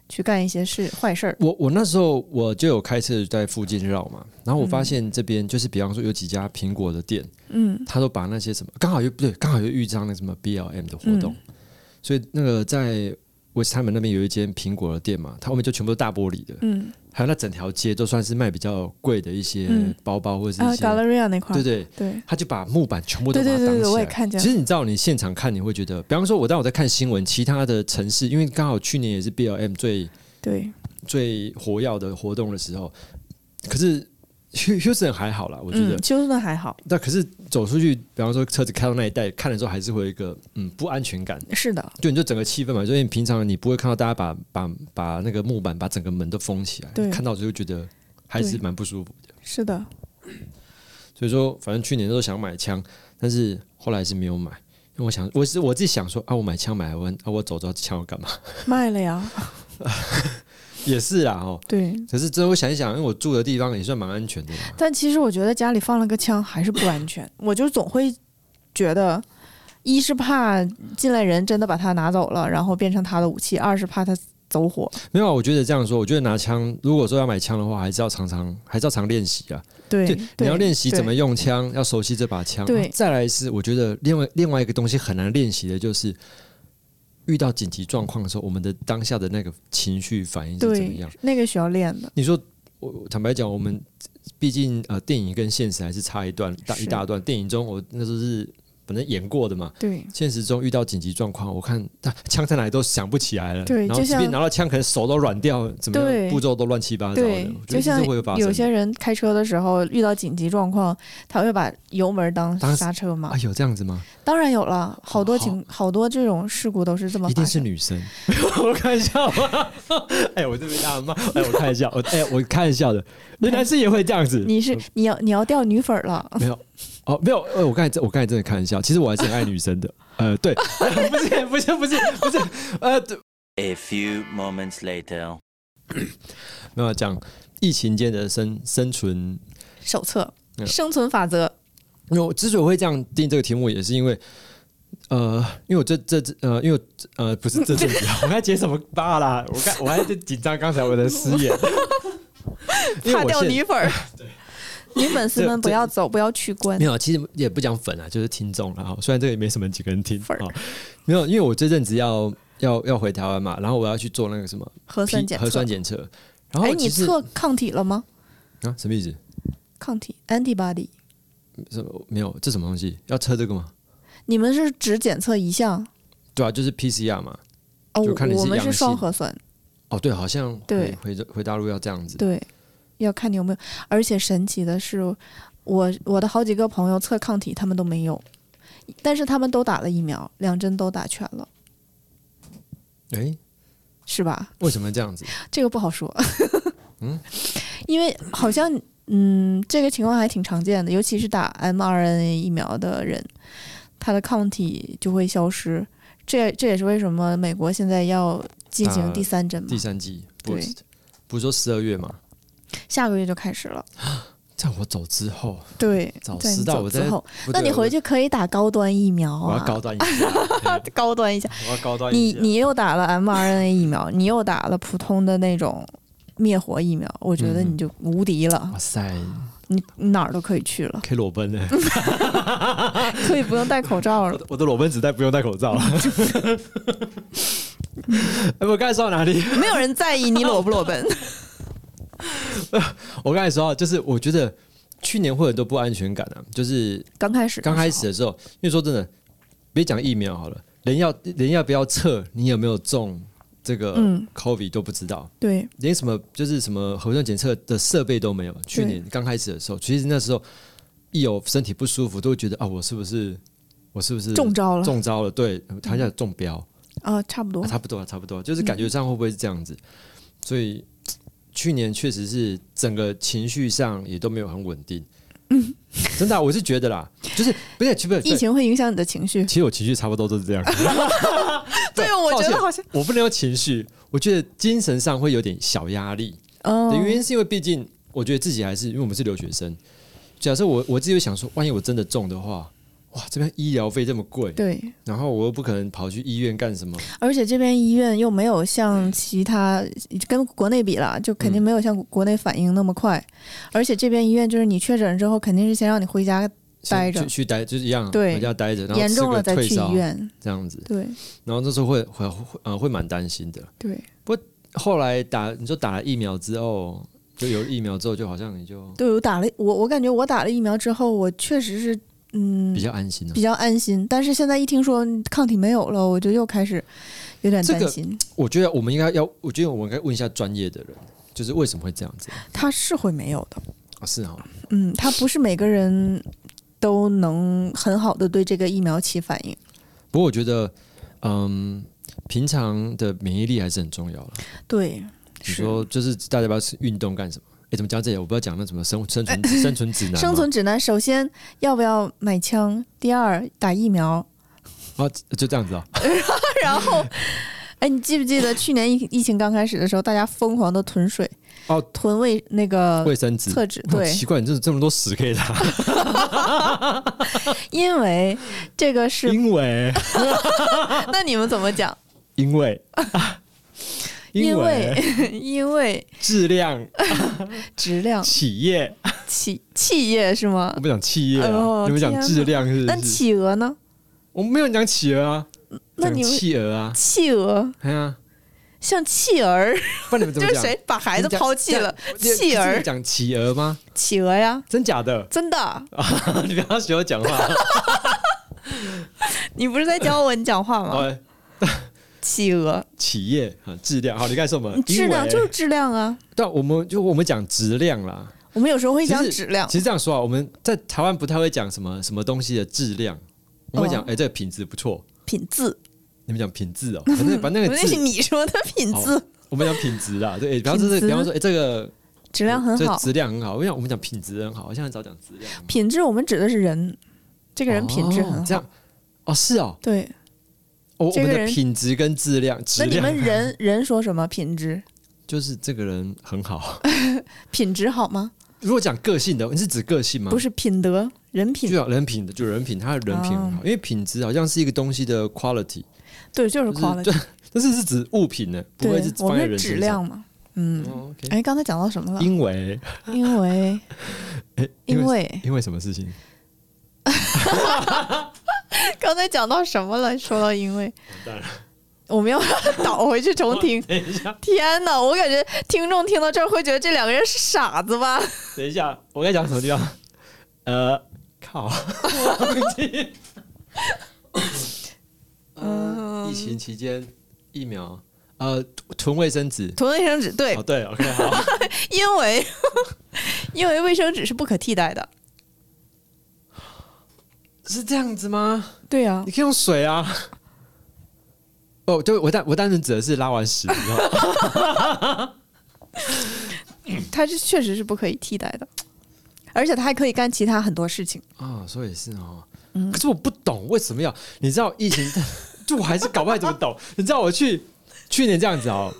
Speaker 2: 去干一些事坏事儿。
Speaker 1: 我我那时候我就有开车在附近绕嘛，然后我发现这边就是比方说有几家苹果的店，
Speaker 2: 嗯，
Speaker 1: 他都把那些什么刚好又不对，刚好又遇上那什么 BLM 的活动，
Speaker 2: 嗯
Speaker 1: 所以那个在我他们那边有一间苹果的店嘛，它后面就全部都大玻璃的，
Speaker 2: 嗯
Speaker 1: 还有那整条街都算是卖比较贵的一些
Speaker 2: 嗯
Speaker 1: 包包或者是
Speaker 2: 啊
Speaker 1: 一些，
Speaker 2: ，Galleria 那
Speaker 1: 对
Speaker 2: 块儿，
Speaker 1: 对，
Speaker 2: 对
Speaker 1: 他就把木板全部都
Speaker 2: 对
Speaker 1: 把它
Speaker 2: 对
Speaker 1: 挡起
Speaker 2: 对
Speaker 1: 来。
Speaker 2: 对，我也看见
Speaker 1: 其
Speaker 2: 了。
Speaker 1: 实你知道，你现场看你会觉得，比方说，我当我在看新闻，其他的城市，因为刚好去年也是 BLM 最
Speaker 2: 对，
Speaker 1: 最活跃的活动的时候，可是 Hu- Houston 还好啦，我觉得
Speaker 2: 嗯，。休斯顿还好，
Speaker 1: 那、可是走出去，比方说车子开到那一带，看的时候还是会有一个嗯不安全感。
Speaker 2: 是的，
Speaker 1: 就你就整个气氛嘛，所以你平常你不会看到大家把把把那个木板把整个门都封起来，
Speaker 2: 对
Speaker 1: 看到就觉得还是
Speaker 2: 对
Speaker 1: 蛮不舒服的。
Speaker 2: 是的，
Speaker 1: 所以说，反正去年都想买枪，但是后来是没有买，因为我想我是我自己想说啊，我买枪买来问啊，我走着枪要干嘛？ (laughs)
Speaker 2: 卖了呀，
Speaker 1: 也是啦哦。
Speaker 2: 对。
Speaker 1: 可是之后想一想，因为我住的地方也算蛮安全的啦。
Speaker 2: 但其实我觉得家里放了个枪还是不安全，我就总会觉得，一是怕进来人真的把它拿走了，然后变成他的武器；二是怕他走火。
Speaker 1: 没有啊，我觉得这样说，我觉得拿枪，如果说要买枪的话，还是要常常还是要常练习啊。
Speaker 2: 对
Speaker 1: 对，，你要练习
Speaker 2: 对
Speaker 1: 怎么用枪，要熟悉这把枪。
Speaker 2: 对
Speaker 1: 再来是我觉得另外另外一个东西很难练习的就是。遇到紧急状况的时候，我们的当下的那个情绪反应是怎么
Speaker 2: 对
Speaker 1: 样？
Speaker 2: 那个需要练的。
Speaker 1: 你说，我我坦白讲，我们毕竟呃，电影跟现实还是差一段大
Speaker 2: 是
Speaker 1: 一大段。电影中我那时候是反正演过的嘛，
Speaker 2: 对，
Speaker 1: 现实中遇到紧急状况，我看他枪在哪里都想不起来了，
Speaker 2: 对
Speaker 1: 然后
Speaker 2: 就
Speaker 1: 即
Speaker 2: 像
Speaker 1: 便拿到枪，可能手都软掉，怎么样，
Speaker 2: 对
Speaker 1: 步骤都乱七八糟的。
Speaker 2: 对
Speaker 1: 我，觉
Speaker 2: 就
Speaker 1: 得
Speaker 2: 像
Speaker 1: 这会有发生
Speaker 2: 有
Speaker 1: 的。
Speaker 2: 些人开车的时候遇到紧急状况，他会把油门当
Speaker 1: 当
Speaker 2: 刹车嘛
Speaker 1: 啊，。有这样子吗？
Speaker 2: 当然有了，好多
Speaker 1: 好
Speaker 2: 情好多这种事故都是这么
Speaker 1: 一
Speaker 2: 发
Speaker 1: 定是
Speaker 2: 生。
Speaker 1: 女生， (laughs) 我开玩笑嘛。 (laughs) 哎，我这边大骂，哎，我开玩笑，我哎，我开玩笑的，那男生也会这样子。
Speaker 2: (laughs) 你是你要你要掉女粉儿了，
Speaker 1: 没有哦，没有，呃，我刚才真我刚才真的开玩笑，其实我还是很爱女生的。 (laughs) 呃，对，呃不是不是不是不是，呃，对
Speaker 3: A few moments later.
Speaker 1: 没有讲疫情间的生生存
Speaker 2: 手册
Speaker 1: 嗯
Speaker 2: 生存法则。
Speaker 1: 因为我之所以会这样定这个题目，也是因为呃，因为我这这这呃，因为我呃不是这阵子啊，我该接什么巴啦？我刚我还在紧张刚才我的失
Speaker 2: (laughs)
Speaker 1: 言，因为
Speaker 2: 擦
Speaker 1: 我
Speaker 2: 掉
Speaker 1: 现
Speaker 2: 女粉
Speaker 1: (laughs)
Speaker 2: 儿。女粉丝们
Speaker 1: 这
Speaker 2: 不要走，不要取关
Speaker 1: 没。有，其实也不讲粉啊，就是听众了哈。虽然这个也没什么几个人听
Speaker 2: 粉儿
Speaker 1: 啊，没有，因为我这阵子要要要回台湾嘛，然后我要去做那个什么
Speaker 2: 核酸
Speaker 1: P-
Speaker 2: 检测，
Speaker 1: 核酸检测，然
Speaker 2: 哎
Speaker 1: 后，其
Speaker 2: 你
Speaker 1: 实
Speaker 2: 测抗体了吗？
Speaker 1: 啊什么意思？
Speaker 2: 抗体 antibody，
Speaker 1: 什么没有？这什么东西？要测这个吗？
Speaker 2: 你们是只检测一项？
Speaker 1: 对啊，就是 PCR 嘛。
Speaker 2: 哦，
Speaker 1: 就看你是
Speaker 2: 我们
Speaker 1: 阳性
Speaker 2: 是双核酸，
Speaker 1: 哦，对，好像
Speaker 2: 对
Speaker 1: 回回回大陆要这样子。
Speaker 2: 对，要看你有没有。而且神奇的是，我我的好几个朋友测抗体，他们都没有，但是他们都打了疫苗，两针都打全了，
Speaker 1: 哎、
Speaker 2: 是吧？
Speaker 1: 为什么这样
Speaker 2: (laughs)
Speaker 1: 子？
Speaker 2: 这个不好说。
Speaker 1: 嗯
Speaker 2: (laughs) 因为好像嗯，这个情况还挺常见的，尤其是打 mRNA 疫苗的人，他的抗体就会消失。这这也是为什么美国现在要进行
Speaker 1: 打
Speaker 2: 第三针嘛
Speaker 1: 啊第，三季
Speaker 2: 对
Speaker 1: boost 不是说十二月嘛？
Speaker 2: 下个月就开始了。
Speaker 1: 在我走之后，
Speaker 2: 对，
Speaker 1: 早
Speaker 2: 在
Speaker 1: 知
Speaker 2: 你
Speaker 1: 道
Speaker 2: 走
Speaker 1: 我
Speaker 2: 之
Speaker 1: 在
Speaker 2: 后，
Speaker 1: 不
Speaker 2: 那
Speaker 1: 对
Speaker 2: 你回
Speaker 1: 我
Speaker 2: 去可以打高端疫苗
Speaker 1: 我要
Speaker 2: 啊，
Speaker 1: 高端一下，
Speaker 2: (laughs)
Speaker 1: 嘿
Speaker 2: 高端一下。
Speaker 1: 我要高端一
Speaker 2: 你
Speaker 1: 下。
Speaker 2: 你又打了 mRNA 疫苗，你又打了普通的那种灭活疫苗，我觉得
Speaker 1: 嗯啊
Speaker 2: 你就无敌了
Speaker 1: 哇，塞，
Speaker 2: 你你哪儿都可以去了，
Speaker 1: 可以裸奔呢、
Speaker 2: (laughs) 可以不用戴口罩
Speaker 1: 我 (laughs)
Speaker 2: 了。
Speaker 1: 的我的裸奔只戴不用戴口罩。 (laughs) 哎，我刚才说到哪里？
Speaker 2: (laughs) 没有人在意你裸不裸奔。
Speaker 1: 我刚才说到，就是我觉得去年会有很多不安全感啊，就是
Speaker 2: (laughs) 刚开始，
Speaker 1: 刚开始，的时候，因为说真的，别讲疫苗好了，人要人要不要测，你有没有中这个
Speaker 2: 嗯
Speaker 1: COVID 都不知道，
Speaker 2: 对，
Speaker 1: 连什么就是什么核酸检测的设备都没有。去年刚开始的时候，其实那时候一有身体不舒服，都会觉得啊，我是不是我是不是
Speaker 2: 中招了
Speaker 1: 嗯
Speaker 2: 嗯
Speaker 1: 中招了？对，谈一下中标。
Speaker 2: 啊，差不多
Speaker 1: 啊，。差不多了，差不多了，就是感觉
Speaker 2: 嗯
Speaker 1: 上会不会是这样子？所以去年确实是整个情绪上也都没有很稳定。嗯， (laughs) 真的啊、我是觉得啦，就是不是，不是，
Speaker 2: 疫
Speaker 1: 对
Speaker 2: 情会影响你的情绪。
Speaker 1: 其实我情绪差不多都是这样。 (laughs)
Speaker 2: 对，我
Speaker 1: 抱
Speaker 2: 觉得
Speaker 1: 歉
Speaker 2: 好像，
Speaker 1: 我不能有情绪，我觉得精神上会有点小压力。
Speaker 2: 嗯
Speaker 1: 的，原因是因为毕竟我觉得自己还是因为我们是留学生，假设我我自己会想说，万一我真的中的话，哇，这边医疗费这么贵，
Speaker 2: 对，
Speaker 1: 然后我又不可能跑去医院干什么，
Speaker 2: 而且这边医院又没有像其他跟国内比了，就
Speaker 1: 嗯
Speaker 2: 肯定没有像国内反应那么快。而且这边医院就是你确诊之后，肯定是先让你回家，
Speaker 1: 先
Speaker 2: 待着
Speaker 1: 去去待就是一样，
Speaker 2: 对
Speaker 1: 回家待着，然后
Speaker 2: 严
Speaker 1: 吃
Speaker 2: 重
Speaker 1: 个
Speaker 2: 了再
Speaker 1: 退
Speaker 2: 去
Speaker 1: 烧
Speaker 2: 医院。
Speaker 1: 这样子，
Speaker 2: 对
Speaker 1: 然后那时候会会会呃会蛮担心的。
Speaker 2: 对
Speaker 1: 后来打你说打了疫苗之后，就有疫苗之后，就好像你就
Speaker 2: 对，我打了我我感觉我打了疫苗之后，我确实是嗯
Speaker 1: 比较安心了、
Speaker 2: 比较安心。但是现在一听说抗体没有了，我就又开始有点
Speaker 1: 这
Speaker 2: 担
Speaker 1: 个
Speaker 2: 心。
Speaker 1: 我觉得我们应该要，我觉得我们应该问一下专业的人，就是为什么会这样子
Speaker 2: 它是会没有的，
Speaker 1: 啊？是哈、
Speaker 2: 嗯，它不是每个人都能很好的对这个疫苗起反应。
Speaker 1: 不过我觉得，嗯，平常的免疫力还是很重要了。
Speaker 2: 对，
Speaker 1: 你
Speaker 2: 是
Speaker 1: 说就是大家不要吃运动干什么？哎，怎么讲这些？我不要讲那什么生生存生存指南吗，
Speaker 2: 呃生存指南，首先要不要买枪？第二，打疫苗。
Speaker 1: 啊，就这样子啊。
Speaker 2: 然
Speaker 1: (laughs)
Speaker 2: 后，哎，你记不记得去年疫疫情刚开始的时候，大家疯狂的囤水，
Speaker 1: 哦，
Speaker 2: 囤卫那个
Speaker 1: 卫生纸，
Speaker 2: 厕纸，
Speaker 1: 哇
Speaker 2: 呃对，
Speaker 1: 奇怪，你这这么多屎可以打，
Speaker 2: 因为这个是，
Speaker 1: 因为。
Speaker 2: 那你们怎么讲？ (laughs)
Speaker 1: 因为，
Speaker 2: 因为因为
Speaker 1: 质量
Speaker 2: 哦质量
Speaker 1: 企业，
Speaker 2: 企企业是吗
Speaker 1: 我？不讲企业、
Speaker 2: 哦
Speaker 1: 啊，你们讲
Speaker 2: 天哪
Speaker 1: 质量是
Speaker 2: 那
Speaker 1: 不是？
Speaker 2: 企鹅呢？
Speaker 1: 我没有讲企鹅啊，
Speaker 2: 那
Speaker 1: 讲
Speaker 2: 你们
Speaker 1: 企鹅啊，
Speaker 2: 企鹅
Speaker 1: 哎呀，
Speaker 2: 像弃儿，
Speaker 1: 不然你们怎
Speaker 2: 就
Speaker 1: 么
Speaker 2: 是
Speaker 1: 讲？
Speaker 2: 谁把孩子
Speaker 1: 你讲
Speaker 2: 抛弃了？
Speaker 1: 这
Speaker 2: 企
Speaker 1: 这
Speaker 2: 儿
Speaker 1: 是，讲啊企鹅吗？
Speaker 2: 企鹅呀，？
Speaker 1: 真假的
Speaker 2: 真的。
Speaker 1: (laughs) 你不要学我讲话。
Speaker 2: (laughs) 你不是在教我你讲话吗？
Speaker 1: 哦，
Speaker 2: 企鹅，
Speaker 1: 企业啊，质量好，你该说什么
Speaker 2: 你？嗯质量
Speaker 1: 因为
Speaker 2: 就是质量啊。
Speaker 1: 但我们就我们讲质量啦。
Speaker 2: 我们有时候会讲
Speaker 1: 其实
Speaker 2: 质量，
Speaker 1: 其实这样说啊，我们在台湾不太会讲什么什么东西的质量，我们会讲
Speaker 2: 哦
Speaker 1: 哎、这个品质不错，
Speaker 2: 品质，
Speaker 1: 你们讲品质
Speaker 2: (laughs)
Speaker 1: 哦，反正反正那
Speaker 2: 不
Speaker 1: 个哦
Speaker 2: 是
Speaker 1: 质，
Speaker 2: 你说的品质，
Speaker 1: 我们讲品质啊，
Speaker 2: (laughs)
Speaker 1: 对，比方说这
Speaker 2: 品
Speaker 1: 个，
Speaker 2: 质
Speaker 1: 比方说哎、这个
Speaker 2: 质量很
Speaker 1: 这
Speaker 2: 好。
Speaker 1: 质量很好。我想我们讲品质很好，好像很少讲质量。
Speaker 2: 品质我们指的是人，这个人品质很
Speaker 1: 哦、这
Speaker 2: 好。
Speaker 1: 样哦，是哦，
Speaker 2: 对，
Speaker 1: 我我
Speaker 2: 这个
Speaker 1: 们的
Speaker 2: 人
Speaker 1: 品质跟质量，质
Speaker 2: 那你
Speaker 1: 量 (laughs)
Speaker 2: 们人人说什么品质？
Speaker 1: 就是这个人很好。 (laughs)
Speaker 2: 品质好吗？
Speaker 1: 如果讲个性的，你是指个性吗？
Speaker 2: 不是品德，人
Speaker 1: 嗯
Speaker 2: 品
Speaker 1: 就讲人品的，就人品，他的人品
Speaker 2: 哦
Speaker 1: 很好，因为品质好像是一个东西的 quality，
Speaker 2: 对，就是
Speaker 1: 就是
Speaker 2: quality，
Speaker 1: 就 (laughs) 但是是指物品呢，不会
Speaker 2: 对
Speaker 1: 是，
Speaker 2: 我
Speaker 1: 放在
Speaker 2: 们是
Speaker 1: 人
Speaker 2: 质
Speaker 1: 身上。
Speaker 2: 量嘛。嗯，
Speaker 1: 哦，OK
Speaker 2: 哎，刚才讲到什么了？
Speaker 1: 因为
Speaker 2: (laughs) 因为
Speaker 1: 哎
Speaker 2: 因为
Speaker 1: 因为什么事情？
Speaker 2: (laughs) 刚才讲到什么了？说到因为，我们要 (laughs) 倒回去
Speaker 1: (laughs)
Speaker 2: 重听。
Speaker 1: (laughs) 等一下，
Speaker 2: 天哪，我感觉听众听到这儿会觉得这两个人是傻子吧？
Speaker 1: 等一下，我该讲什么地 (laughs) 方？呃，靠，
Speaker 2: (laughs) 嗯，
Speaker 1: 呃疫情期间疫苗，呃，囤卫生纸。
Speaker 2: 囤卫生纸，对
Speaker 1: 哦，，对，OK，好，
Speaker 2: (laughs) 因为因为卫生纸是不可替代的。
Speaker 1: 是这样子吗？
Speaker 2: (laughs) 对呀、啊
Speaker 1: 你，可以用水啊。 (laughs) 哦，对，我单我单纯指的是拉完屎以后，
Speaker 2: 它是确实是不可以替代的，而且它还可以干其他很多事情。
Speaker 1: (laughs) 啊、所以是哦。可是我不懂为什么要，你知道疫情，就我还是搞不太怎么懂。你知道我去去年这样子哦，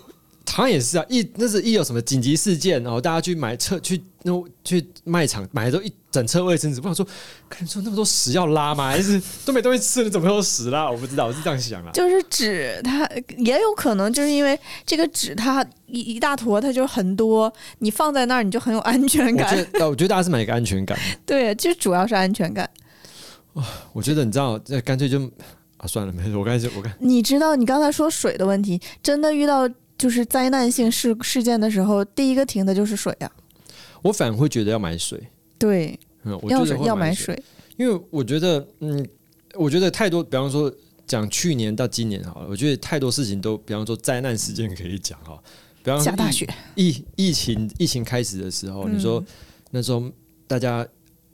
Speaker 1: 好像也是啊，一那是一有什么紧急事件，然后大家去买车去那去卖场买了之后一整车卫生纸，我想说，看说那么多屎要拉吗？还是都没东西吃，你怎么会有屎啦？我不知道，我是这样想啊啦。
Speaker 2: 就是纸，它也有可能就是因为这个纸，它一一大坨，它就很多，你放在那儿你就很有安全
Speaker 1: 我觉
Speaker 2: 感。
Speaker 1: 得，我觉得大家是买一个安全感。
Speaker 2: 对，就主要是安全感。
Speaker 1: 我觉得你知道，这干脆就啊算了，没事，我干脆我干
Speaker 2: 你知道，你刚才说水的问题，真的遇到就是灾难性事事件的时候，第一个停的就是水呀、啊
Speaker 1: 我反而会觉得要买水。
Speaker 2: 对，
Speaker 1: 嗯，我
Speaker 2: 要
Speaker 1: 觉
Speaker 2: 水
Speaker 1: 得会
Speaker 2: 要
Speaker 1: 买
Speaker 2: 买
Speaker 1: 水。
Speaker 2: 水，
Speaker 1: 因为我觉得，嗯，我觉得太多，比方说讲去年到今年好了，我觉得太多事情都，比方说灾难事件可以讲哈，比方说
Speaker 2: 下大雪，
Speaker 1: 疫疫情疫情开始的时候，
Speaker 2: 嗯
Speaker 1: 你说那时候大家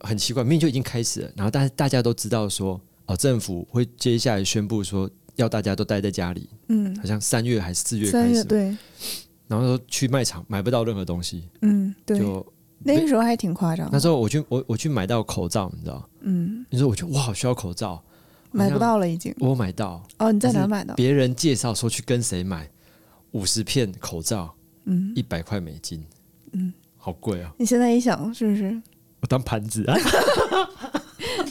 Speaker 1: 很奇怪，明明就已经开始了，然后但是大家都知道说，哦，政府会接下来宣布说要大家都待在家里，
Speaker 2: 嗯，
Speaker 1: 好像三月还是四月
Speaker 2: 三
Speaker 1: 开
Speaker 2: 月
Speaker 1: 始，
Speaker 2: 对，
Speaker 1: 然后说去卖场买不到任何东西，
Speaker 2: 嗯对，
Speaker 1: 就
Speaker 2: 那个时候还挺夸张
Speaker 1: 那
Speaker 2: 的，
Speaker 1: 时候我去我我去买到口罩，你知道，
Speaker 2: 嗯，
Speaker 1: 你说我就哇好需要口罩，
Speaker 2: 买不到了已经。
Speaker 1: 我有买到。
Speaker 2: 哦，你在
Speaker 1: 但
Speaker 2: 哪
Speaker 1: 是
Speaker 2: 买的？
Speaker 1: 别人介绍说去跟谁买五十片口罩，
Speaker 2: 嗯，
Speaker 1: 一百块美金，
Speaker 2: 嗯，
Speaker 1: 好贵啊！
Speaker 2: 你现在一想是不是？ (laughs)
Speaker 1: 我当盘子啊！ (laughs)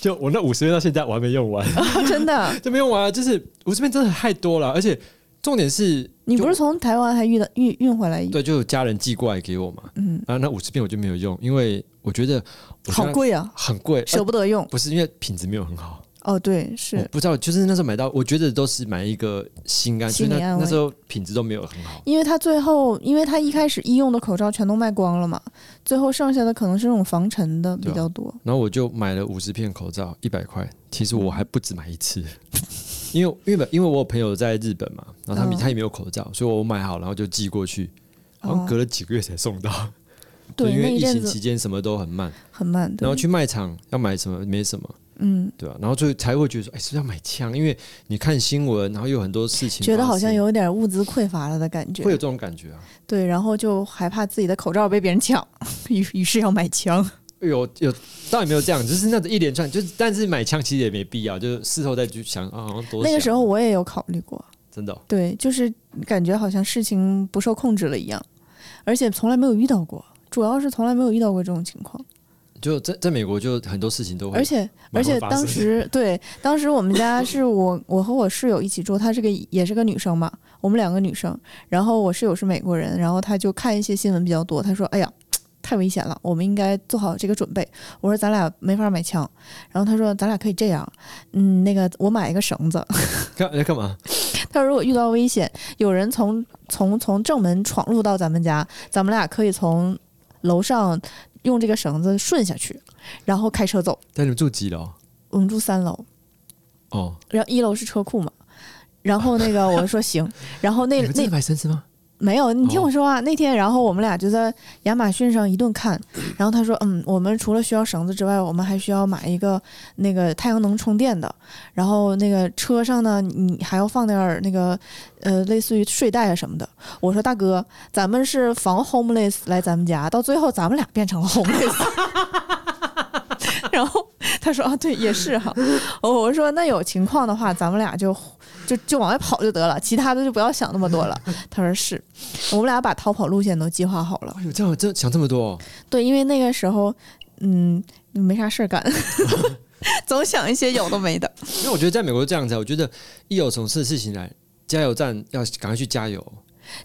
Speaker 1: 就我那五十片到现在我还没用
Speaker 2: (laughs)
Speaker 1: 完，
Speaker 2: 真的，
Speaker 1: 就没用完啊！就是五十片真的太多了，而且重点是，
Speaker 2: 你不
Speaker 1: 就是
Speaker 2: 从台湾还运的运运回来一？
Speaker 1: 对，就有家人寄过来给我嘛，
Speaker 2: 嗯，
Speaker 1: 然后那五十片我就没有用，因为我觉得我觉得
Speaker 2: 好贵啊，
Speaker 1: 很贵，
Speaker 2: 舍
Speaker 1: 呃
Speaker 2: 不得用。
Speaker 1: 不是因为品质没有很好。
Speaker 2: 哦，对，
Speaker 1: 我
Speaker 2: 是
Speaker 1: 不知道，就是那时候买到，我觉得都是买一个心安，所以
Speaker 2: 心理
Speaker 1: 那
Speaker 2: 安慰
Speaker 1: 那时候品质都没有很好。
Speaker 2: 因为他最后，因为他一开始医用的口罩全都卖光了嘛，最后剩下的可能是那种防尘的
Speaker 1: 对啊
Speaker 2: 比较多。
Speaker 1: 然后我就买了五十片口罩，一百块。其实我还不止买一次， (laughs) 因为因为因为我有朋友在日本嘛，然后他们、
Speaker 2: 嗯
Speaker 1: 他也没有口罩，所以我买好，然后就寄过去，好像
Speaker 2: 哦
Speaker 1: 隔了几个月才送到。 (laughs)
Speaker 2: 对，
Speaker 1: 因
Speaker 2: 那
Speaker 1: 为
Speaker 2: 一
Speaker 1: 疫
Speaker 2: 阵
Speaker 1: 情
Speaker 2: 子
Speaker 1: 期间什么都很慢，
Speaker 2: 很慢。对
Speaker 1: 然后去卖场要买什么没什么，
Speaker 2: 嗯，
Speaker 1: 对吧、然后就才会觉得说，哎，是不是要买枪？因为你看新闻，然后有很多事情发生，
Speaker 2: 觉得好像有点物资匮乏了的感觉
Speaker 1: 会。有这种感觉啊。
Speaker 2: 对，然后就害怕自己的口罩被别人抢， (laughs) 于于是要买枪。
Speaker 1: 有有，倒也没有这样，就是那种一连串，就是但是买枪其实也没必要，就是事后再去想啊，好像多
Speaker 2: 那个
Speaker 1: 想
Speaker 2: 时候我也有考虑过，
Speaker 1: 真的哦、
Speaker 2: 对，就是感觉好像事情不受控制了一样，而且从来没有遇到过，主要是从来没有遇到过这种情况。
Speaker 1: 就在在美国，就很多事情都会
Speaker 2: 而且
Speaker 1: 蛮
Speaker 2: 而
Speaker 1: 会
Speaker 2: 且
Speaker 1: 发
Speaker 2: 当
Speaker 1: 生的
Speaker 2: 时
Speaker 1: (laughs)
Speaker 2: 对，当时我们家是我我和我室友一起住，她是个也是个女生嘛，我们两个女生。然后我室友是美国人，然后她就看一些新闻比较多，她说：“哎呀，太危险了，我们应该做好这个准备。”我说：“咱俩没法买枪。”然后她说：“咱俩可以这样，嗯，那个我买一个绳子。
Speaker 1: 干哎要干嘛？”
Speaker 2: 她说：“如果遇到危险，有人从从从正门闯入到咱们家，咱们俩可以从楼上用这个绳子顺下去，然后开车走。
Speaker 1: 但你们住几楼？
Speaker 2: 我们住三楼。”
Speaker 1: 哦，
Speaker 2: 然后一楼是车库嘛，然后那个
Speaker 1: (laughs)
Speaker 2: 我说行，然后那
Speaker 1: 你们真
Speaker 2: 那
Speaker 1: 的买绳子吗？
Speaker 2: 没有，你听
Speaker 1: 哦
Speaker 2: 我说啊，那天然后我们俩就在亚马逊上一
Speaker 1: (laughs)
Speaker 2: 顿看，然后他说嗯，我们除了需要绳子之外，我们还需要买一个那个太阳能充电的，然后那个车上呢，你还要放点儿那个呃类似于睡袋啊什么的。我说大哥，咱们是防 homeless 来咱们家，到最后咱们俩变成了 homeless。然后他说啊，对，也是哈。我我说那有情况的话，咱们俩就就就往外跑就得了，其他的就不要想那么多了。他说是，我们俩把逃跑路线都计划好了。
Speaker 1: 哎呦，这样真想这么多哦，
Speaker 2: 对，因为那个时候，嗯，没啥事儿 (laughs) 干，总想一些有的没的。
Speaker 1: 因为我觉得在美国这样子啊，我觉得一有什么事事情来，加油站要赶快去加油，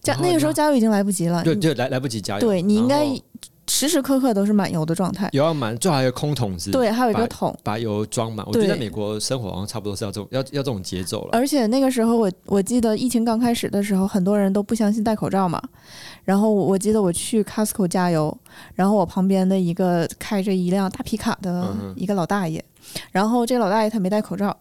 Speaker 2: 加
Speaker 1: 然后
Speaker 2: 那个时候
Speaker 1: 呢
Speaker 2: 加油已经来不及了，
Speaker 1: 对
Speaker 2: 你
Speaker 1: 对，来来不及加油，
Speaker 2: 呃嗯对你应该
Speaker 1: 然后
Speaker 2: 时时刻刻都是满油的状态。
Speaker 1: 有要满，最好还有空桶子，
Speaker 2: 对，还有一
Speaker 1: 把
Speaker 2: 个桶。
Speaker 1: 把油装满。我觉得
Speaker 2: 对
Speaker 1: 在美国生活好像差不多是要这种要要这种节奏了。
Speaker 2: 而且那个时候我，我记得疫情刚开始的时候，很多人都不相信戴口罩嘛。然后我我记得我去 Costco 加油，然后我旁边的一个开着一辆大皮卡的
Speaker 1: 嗯哼
Speaker 2: 一个老大爷，然后这老大爷他没戴口罩。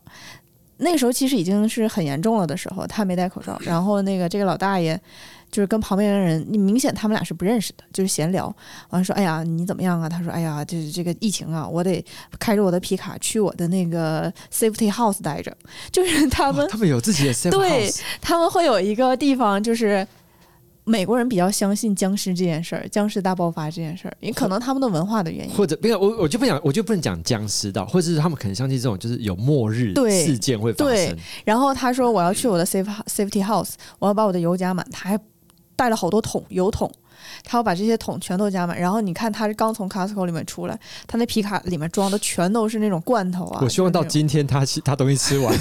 Speaker 2: 那个时候其实已经是很严重了的时候，他没戴口罩，然后那个这个老大爷就是跟旁边的人，你明显他们俩是不认识的，就是闲聊。完说，哎呀，你怎么样啊？他说，哎呀，就是这个疫情啊，我得开着我的皮卡去我的那个 (laughs) safety house 待着。就是他
Speaker 1: 哇
Speaker 2: 们
Speaker 1: 他们有自己的 safe
Speaker 2: 对
Speaker 1: house，
Speaker 2: 他们会有一个地方，就是美国人比较相信僵尸这件事儿，僵尸大爆发这件事儿，也可能他们的文化的原因。
Speaker 1: 或者不要我我就不想我就不能讲僵尸到，或者是他们可能相信这种就是有末日
Speaker 2: 对
Speaker 1: 事件会发生
Speaker 2: 对。然后他说我要去我的 safe safety house，我要把我的油加满，他还带了好多桶油桶。他要把这些桶全都加满，然后你看他是刚从 Costco 里面出来，他那皮卡里面装的全都是那种罐头啊。
Speaker 1: 我希望到
Speaker 2: 就是
Speaker 1: 今天他吃他东西吃
Speaker 2: (laughs)
Speaker 1: 完，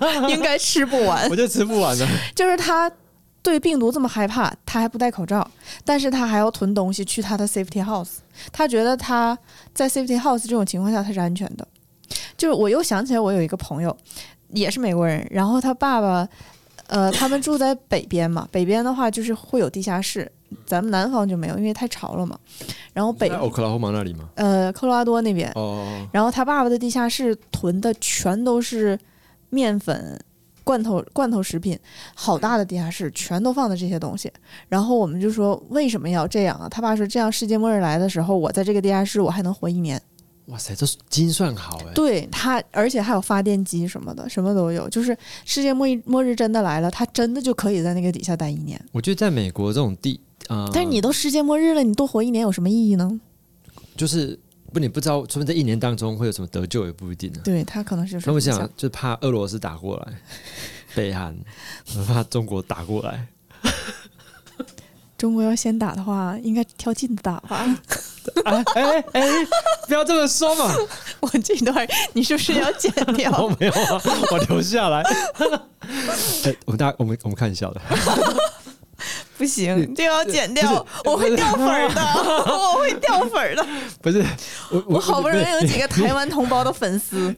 Speaker 2: 那种应该吃不
Speaker 1: (laughs)
Speaker 2: 完
Speaker 1: 我，就吃不完
Speaker 2: (laughs)
Speaker 1: 了。
Speaker 2: 就是他对病毒这么害怕，他还不戴口罩，但是他还要囤东西去他的 safety house。他觉得他在 safety house 这种情况下他是安全的。就是我又想起来，我有一个朋友也是美国人，然后他爸爸，呃，他们住在北边嘛，北边的话就是会有地下室，咱们南方就没有，因为太潮了嘛。然后北
Speaker 1: 在欧克拉荷马那里吗？
Speaker 2: 呃科罗拉多那边，
Speaker 1: 哦，
Speaker 2: 然后他爸爸的地下室囤的全都是面粉、罐头、罐头食品，好大的地下室全都放的这些东西。然后我们就说为什么要这样啊？他爸说这样世界末日来的时候，我在这个地下室我还能活一年。
Speaker 1: (laughs) 哇塞，这是精算好哎。
Speaker 2: 对他，而且还有发电机什么的，什么都有。就是世界末日末日真的来了，他真的就可以在那个底下待一年。
Speaker 1: 我觉得在美国这种地，呃，
Speaker 2: 但是你都世界末日了，你多活一年有什么意义呢？
Speaker 1: 就是不，你不知道，说不定在一年当中会有什么得救也不一定呢。啊
Speaker 2: 对他可能是有什
Speaker 1: 那
Speaker 2: 么
Speaker 1: 我
Speaker 2: 影
Speaker 1: 想
Speaker 2: 响。
Speaker 1: 就怕俄罗斯打过
Speaker 2: (laughs)
Speaker 1: 来，北韩， (laughs) 我怕中国打过来。
Speaker 2: (laughs) 中国要先打的话，应该挑近的打吧。
Speaker 1: 哎哎哎，不要这么说嘛！
Speaker 2: (laughs) 我这段你是不是要剪
Speaker 1: 我
Speaker 2: (laughs) 掉？
Speaker 1: 没有 (laughs) 啊，我留下来。 (laughs) 哎我们大家我们我们看一下的， (laughs)
Speaker 2: 不行，这个要剪掉，
Speaker 1: 不是
Speaker 2: 我会掉粉儿的， (laughs) 我会掉粉儿的。
Speaker 1: 不是我
Speaker 2: (laughs) 我好不容易有几
Speaker 1: 个
Speaker 2: 个台湾同胞的粉丝，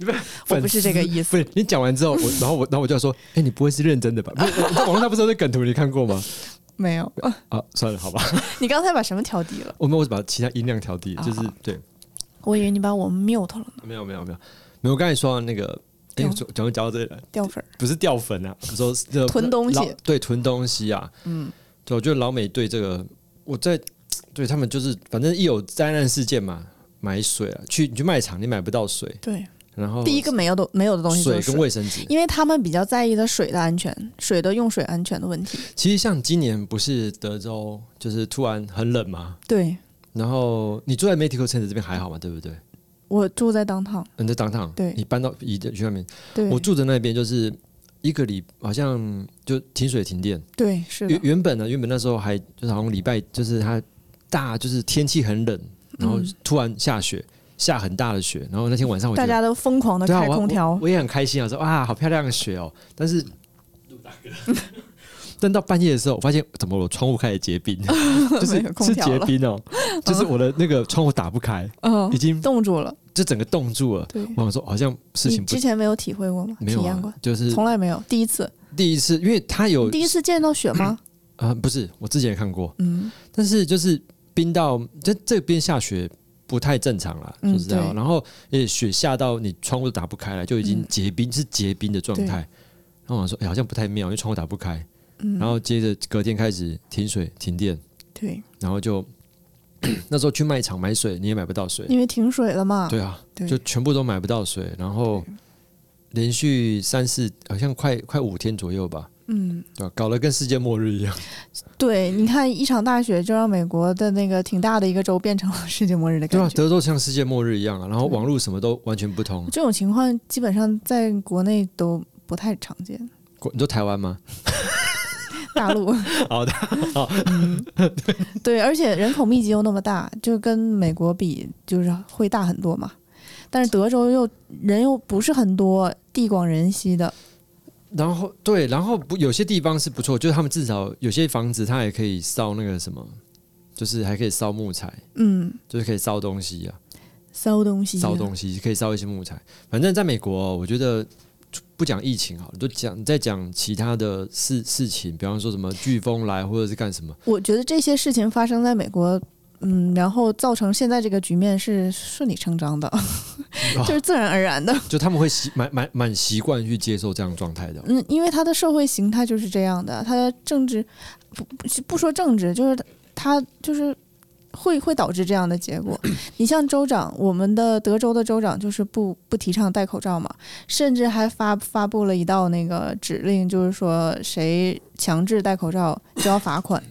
Speaker 2: 我不是这个意思。
Speaker 1: 不是你讲完之后，我然后我然后我就要说，哎、你不会是认真的吧？不是，我在网络上不是有那梗图，你看过吗？
Speaker 2: (laughs)
Speaker 1: (laughs)
Speaker 2: 没有，
Speaker 1: 啊，算了，好吧，
Speaker 2: 哦你刚才把什么调低了？
Speaker 1: 我们我只把其他音量调低，就是
Speaker 2: 啊
Speaker 1: 对，
Speaker 2: 我以为你把我 mute 了呢，
Speaker 1: 没有没有没有没有，我刚才说到那个，哎、
Speaker 2: 掉
Speaker 1: 讲讲到讲到这里来。
Speaker 2: 掉粉儿。
Speaker 1: 不是掉粉啊，我 (laughs) 说这
Speaker 2: 囤东西
Speaker 1: 老对，囤东西啊，嗯，对，我觉得老美对这个，我在对他们就是，反正一有灾难事件嘛，买水啊，去你去卖场你买不到水，
Speaker 2: 对，
Speaker 1: 然后
Speaker 2: 第一个没有的没有的东西就
Speaker 1: 水
Speaker 2: 是
Speaker 1: 跟
Speaker 2: 哦水，
Speaker 1: 卫生纸，
Speaker 2: 因为他们比较在意的水的安全，水的用水安全的问题。
Speaker 1: 其实像今年不是德州就是突然很冷嘛，
Speaker 2: 对
Speaker 1: 然后你住在 Medical Center 这边还好嘛，对不对？
Speaker 2: 我住在当趟，
Speaker 1: 你在当趟，
Speaker 2: 对
Speaker 1: 你搬到移的去外面，
Speaker 2: 对
Speaker 1: 我住的那边就是一个礼好像就停水停电。
Speaker 2: 对是
Speaker 1: 原
Speaker 2: 的，
Speaker 1: 原本呢，原本那时候还就是好像礼拜，就是它大，就是天气很冷，然后突然下雪，下很大的雪，然后那天晚上我觉
Speaker 2: 嗯大
Speaker 1: 得
Speaker 2: 家都疯狂的
Speaker 1: 对啊，
Speaker 2: 开
Speaker 1: 我
Speaker 2: 空调
Speaker 1: 我，我也很开心啊，说哇，好漂亮的雪哦，但
Speaker 2: (laughs)
Speaker 1: 是。但到半夜的时候，我发现怎么我窗户开始结
Speaker 2: (laughs)
Speaker 1: 冰，就是
Speaker 2: 没有空
Speaker 1: 是
Speaker 2: 调
Speaker 1: 结
Speaker 2: 了
Speaker 1: 冰
Speaker 2: (laughs)
Speaker 1: 哦，就是我的那个窗户打不开，
Speaker 2: 嗯
Speaker 1: 已，经
Speaker 2: 冻住了。
Speaker 1: 就整个冻住了。
Speaker 2: 对，
Speaker 1: 我想说，好像事
Speaker 2: 嗯你
Speaker 1: 情不
Speaker 2: 之前没有体会过吗？
Speaker 1: 没有
Speaker 2: 体验过
Speaker 1: 啊，，就是
Speaker 2: 从来没有，第一次，
Speaker 1: 第一次，因为它有
Speaker 2: 第一次见到雪吗？
Speaker 1: 啊、不是我之前也看过，
Speaker 2: 嗯，
Speaker 1: 但是就是冰到这这边下雪不太正常啦，
Speaker 2: 嗯
Speaker 1: 说实在话，
Speaker 2: 对
Speaker 1: 然后也雪下到你窗户都打不开了，就已经
Speaker 2: 嗯
Speaker 1: 结冰，是结冰的状态。然后我想说，哎、好像不太妙，因为窗户打不开。
Speaker 2: 嗯
Speaker 1: 然后接着隔天开始停水停电，
Speaker 2: 对，
Speaker 1: 然后就 (clears throat) 那时候去卖场买水，你也买不到水。
Speaker 2: 因为停水了嘛。
Speaker 1: 对啊，
Speaker 2: 对
Speaker 1: 就全部都买不到水，然后连续三四好像快快五天左右吧，
Speaker 2: 嗯，
Speaker 1: 对啊吧？搞得跟世界末日一样，
Speaker 2: 对，你看一场大雪就让美国的那个挺大的一个州变成了世界末日的
Speaker 1: 对啊吧？
Speaker 2: 感觉。
Speaker 1: 德州像世界末日一样啊，然后网络什么都完全不通。
Speaker 2: 这种情况基本上在国内都不太常见，
Speaker 1: 国你说台湾吗？
Speaker 2: 大陆
Speaker 1: (laughs)
Speaker 2: 嗯
Speaker 1: 好的，
Speaker 2: 对，而且人口密集又那么大，就跟美国比就是会大很多嘛。但是德州又人又不是很多，地广人稀的，
Speaker 1: 然后对，然后不有些地方是不错，就是他们至少有些房子它也可以烧那个什么，就是还可以烧木材，
Speaker 2: 嗯，
Speaker 1: 就是可以烧东西啊，
Speaker 2: 烧东西，啊
Speaker 1: 烧东西可以烧一些木材。反正在美国哦、我觉得不讲疫情好了，就讲再讲其他的事事情，比方说什么飓风来或者是干什么，
Speaker 2: 我觉得这些事情发生在美国，嗯，然后造成现在这个局面是顺理成章的， (laughs) 就是自然而然的。
Speaker 1: 就他们会习蛮蛮蛮习惯去接受这样的状态的。
Speaker 2: 嗯，因为它的社会形态就是这样的，它的政治不不不说政治，就是它就是会会导致这样的结果。你像州长，我们的德州的州长就是不不提倡戴口罩嘛，甚至还发发布了一道那个指令，就是说谁强制戴口罩就要罚款。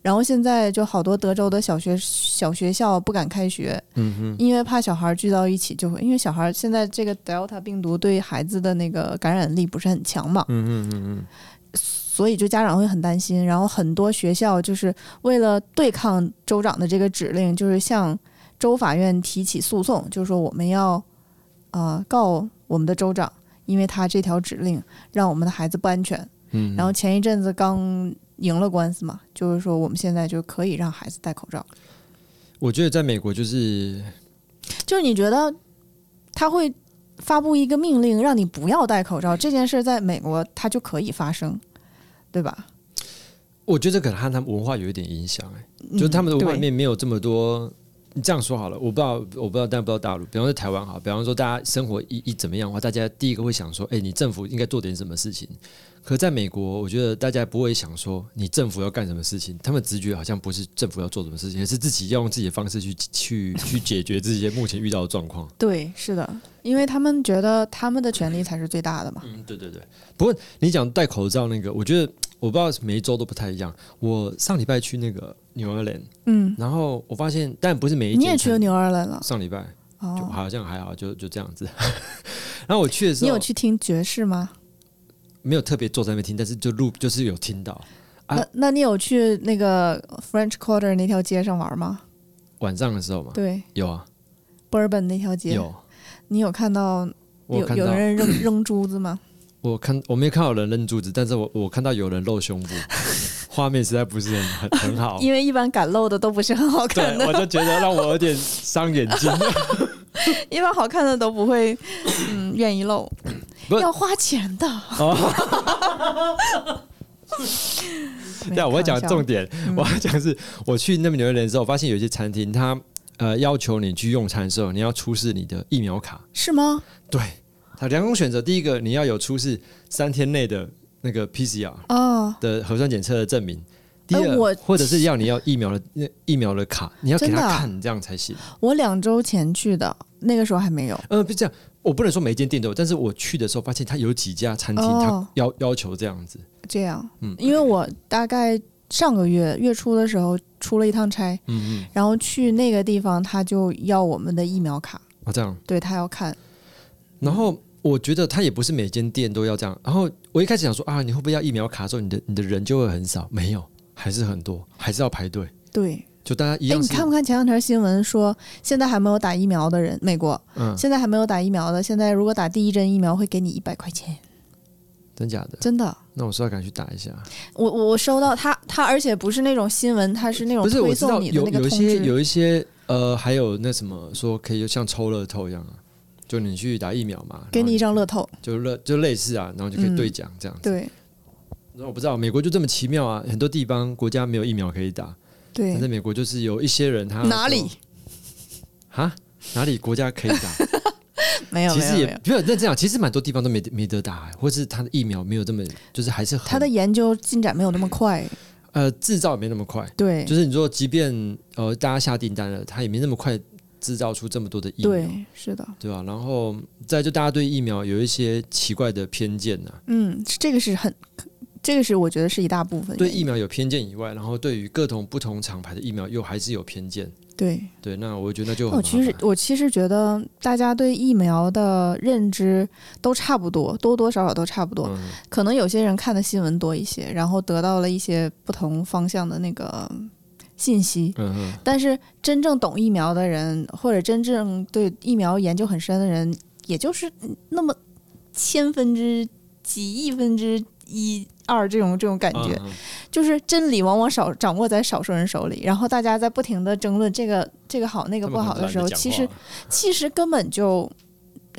Speaker 2: 然后现在就好多德州的小学小学校不敢开学，
Speaker 1: 嗯哼，
Speaker 2: 因为怕小孩聚到一起就会，因为小孩现在这个 Delta 病毒对孩子的那个感染力不是很强嘛，
Speaker 1: 嗯嗯嗯嗯，
Speaker 2: 所以就家长会很担心。然后很多学校就是为了对抗州长的这个指令，就是向州法院提起诉讼，就是说我们要呃告我们的州长，因为他这条指令让我们的孩子不安全。
Speaker 1: 嗯
Speaker 2: 然后前一阵子刚赢了官司嘛，就是说我们现在就可以让孩子戴口罩。
Speaker 1: 我觉得在美国就是
Speaker 2: 就是你觉得他会发布一个命令让你不要戴口罩这件事，在美国它就可以发生，对吧？
Speaker 1: 我觉得可能和他们文化有一点影响、哎，就是他们的文化里
Speaker 2: 嗯对
Speaker 1: 面没有这么多。你这样说好了，我不知道，我不知道，但不知道大陆，比方说台湾好，比方说大家生活一一怎么样的话，大家第一个会想说，哎、你政府应该做点什么事情。可在美国，我觉得大家不会想说你政府要干什么事情，他们直觉好像不是政府要做什么事情，而是自己要用自己的方式去去去解决自己目前遇到的状况。
Speaker 2: 对，是的，因为他们觉得他们的权利才是最大的嘛。
Speaker 1: 嗯，对对对。不过你讲戴口罩那个，我觉得我不知道每一周都不太一样。我上礼拜去那个纽约兰，
Speaker 2: 嗯，
Speaker 1: 然后我发现，但不是每一
Speaker 2: 你也
Speaker 1: 间
Speaker 2: 去了
Speaker 1: 餐。
Speaker 2: 纽奥兰了
Speaker 1: 上礼拜就
Speaker 2: 哦？
Speaker 1: 好像还好，就就这样子。 (laughs) 然后我去的时
Speaker 2: 你
Speaker 1: 候，
Speaker 2: 有去听爵士吗？
Speaker 1: 没有特别坐在那边听，但是就录就是有听到。啊
Speaker 2: 那那你有去那个 French Quarter 那条街上玩吗？
Speaker 1: 晚上的时候嘛，
Speaker 2: 对
Speaker 1: 有啊，
Speaker 2: ，Bourbon 那条街，
Speaker 1: 有。
Speaker 2: 你有看到
Speaker 1: 我
Speaker 2: 有
Speaker 1: 看
Speaker 2: 有
Speaker 1: 到，
Speaker 2: 人扔 (coughs) 扔珠子吗？
Speaker 1: 我看我没看到有人扔柱子，但是我我看到有人露胸部， (laughs) 画面实在不是很很很
Speaker 2: (laughs)
Speaker 1: 好。
Speaker 2: 因为一般敢露的都不是很好
Speaker 1: 对，
Speaker 2: 看的。
Speaker 1: 我就觉得让我有点伤眼
Speaker 2: (laughs)
Speaker 1: 睛。啊
Speaker 2: 一般好看的都不会，嗯，愿意露
Speaker 1: 不，是
Speaker 2: 要花钱的。
Speaker 1: 对，我要讲重
Speaker 2: 没有开玩笑嗯
Speaker 1: 点，我要讲是，我去那边纽约人之后，我发现有一些餐厅，它呃要求你去用餐的时候，你要出示你的疫苗卡。
Speaker 2: 是吗？
Speaker 1: 对，它两种选择，第一个你要有出示三天内的那个 PCR
Speaker 2: 哦，
Speaker 1: 的核酸检测的证明。第
Speaker 2: 哎
Speaker 1: 二，
Speaker 2: 我
Speaker 1: 或者是要你要疫苗的那疫苗的卡，你要给
Speaker 2: 真的
Speaker 1: 他
Speaker 2: 啊
Speaker 1: 看，这样才行。
Speaker 2: 我两周前去的，那个时候还没有。
Speaker 1: 嗯，不是这样，我不能说每一间店都有，但是我去的时候发现它有几家餐厅，它
Speaker 2: 哦
Speaker 1: 要要求这样子。
Speaker 2: 这样，
Speaker 1: 嗯
Speaker 2: 因为我大概上个月月初的时候出了一趟差，
Speaker 1: 嗯嗯，
Speaker 2: 然后去那个地方，他就要我们的疫苗卡，
Speaker 1: 啊这样。
Speaker 2: 对他要看。
Speaker 1: 然后我觉得他也不是每间店都要这样。然后我一开始想说啊，你会不会要疫苗卡之后，你的你的人就会很少？没有，还是很多，还是要排队。
Speaker 2: 对，
Speaker 1: 就大家一
Speaker 2: 哎，
Speaker 1: 样
Speaker 2: 你
Speaker 1: 是，
Speaker 2: 看不看前两条新闻说，现在还没有打疫苗的人，美国
Speaker 1: 嗯，
Speaker 2: 现在还没有打疫苗的，现在如果打第一针疫苗会给你一百块钱，
Speaker 1: 真假的？
Speaker 2: 真的。
Speaker 1: 那我说要赶紧去打一下。
Speaker 2: 我我我收到他他，而且不是那种新闻，他是那种
Speaker 1: 不是，我
Speaker 2: 哦推
Speaker 1: 知道
Speaker 2: 送你的
Speaker 1: 有
Speaker 2: 那个
Speaker 1: 有一
Speaker 2: 通
Speaker 1: 些
Speaker 2: 知。
Speaker 1: 有一些呃，还有那什么说可以像抽乐透一样啊，就你去打疫苗嘛，
Speaker 2: 给你一张乐
Speaker 1: 透，
Speaker 2: 透，
Speaker 1: 就乐就类似啊，然后就可以
Speaker 2: 嗯
Speaker 1: 兑奖这样子。
Speaker 2: 对
Speaker 1: 那我不知道美国就这么奇妙啊，很多地方国家没有疫苗可以打，但是
Speaker 2: 对，
Speaker 1: 美国就是有一些人他
Speaker 2: 哪里
Speaker 1: (laughs) 说啊哪里国家可以打。
Speaker 2: 没有
Speaker 1: 其
Speaker 2: 没有
Speaker 1: 实
Speaker 2: 没
Speaker 1: 也
Speaker 2: 有，
Speaker 1: 没有认真讲，其实蛮多地方都没得没得打、欸或是它的疫苗没有这么，就是还是很
Speaker 2: 他的研究进展没有那么快，
Speaker 1: 呃制造也没那么快。
Speaker 2: 对
Speaker 1: 就是你说，即便呃大家下订单了，它也没那么快制造出这么多的疫苗，对
Speaker 2: 对是的，
Speaker 1: 吧、然后再就大家对疫苗有一些奇怪的偏见呐、
Speaker 2: 嗯，这个是很这个是我觉得是一大部分
Speaker 1: 对
Speaker 2: 原因
Speaker 1: 疫苗有偏见以外，然后对于各种不同厂牌的疫苗又还是有偏见。
Speaker 2: 对。
Speaker 1: 对，那我觉得那就
Speaker 2: 那
Speaker 1: 很
Speaker 2: 我
Speaker 1: 麻烦
Speaker 2: 哦其实我其实觉得大家对疫苗的认知都差不多，多多少少都差不多。
Speaker 1: 嗯
Speaker 2: 可能有些人看的新闻多一些，然后得到了一些不同方向的那个信息。
Speaker 1: 嗯嗯
Speaker 2: 但是真正懂疫苗的人，或者真正对疫苗研究很深的人，也就是那么千分之几亿分之一二这种这种感
Speaker 1: 嗯
Speaker 2: 觉，
Speaker 1: 嗯
Speaker 2: 就是真理往往少掌握在少数人手里。然后大家在不停的争论这个这个好那个
Speaker 1: 他们
Speaker 2: 不
Speaker 1: 很
Speaker 2: 好的
Speaker 1: 懒
Speaker 2: 时
Speaker 1: 得
Speaker 2: 候，
Speaker 1: 讲
Speaker 2: 其实
Speaker 1: 话
Speaker 2: 其实根本就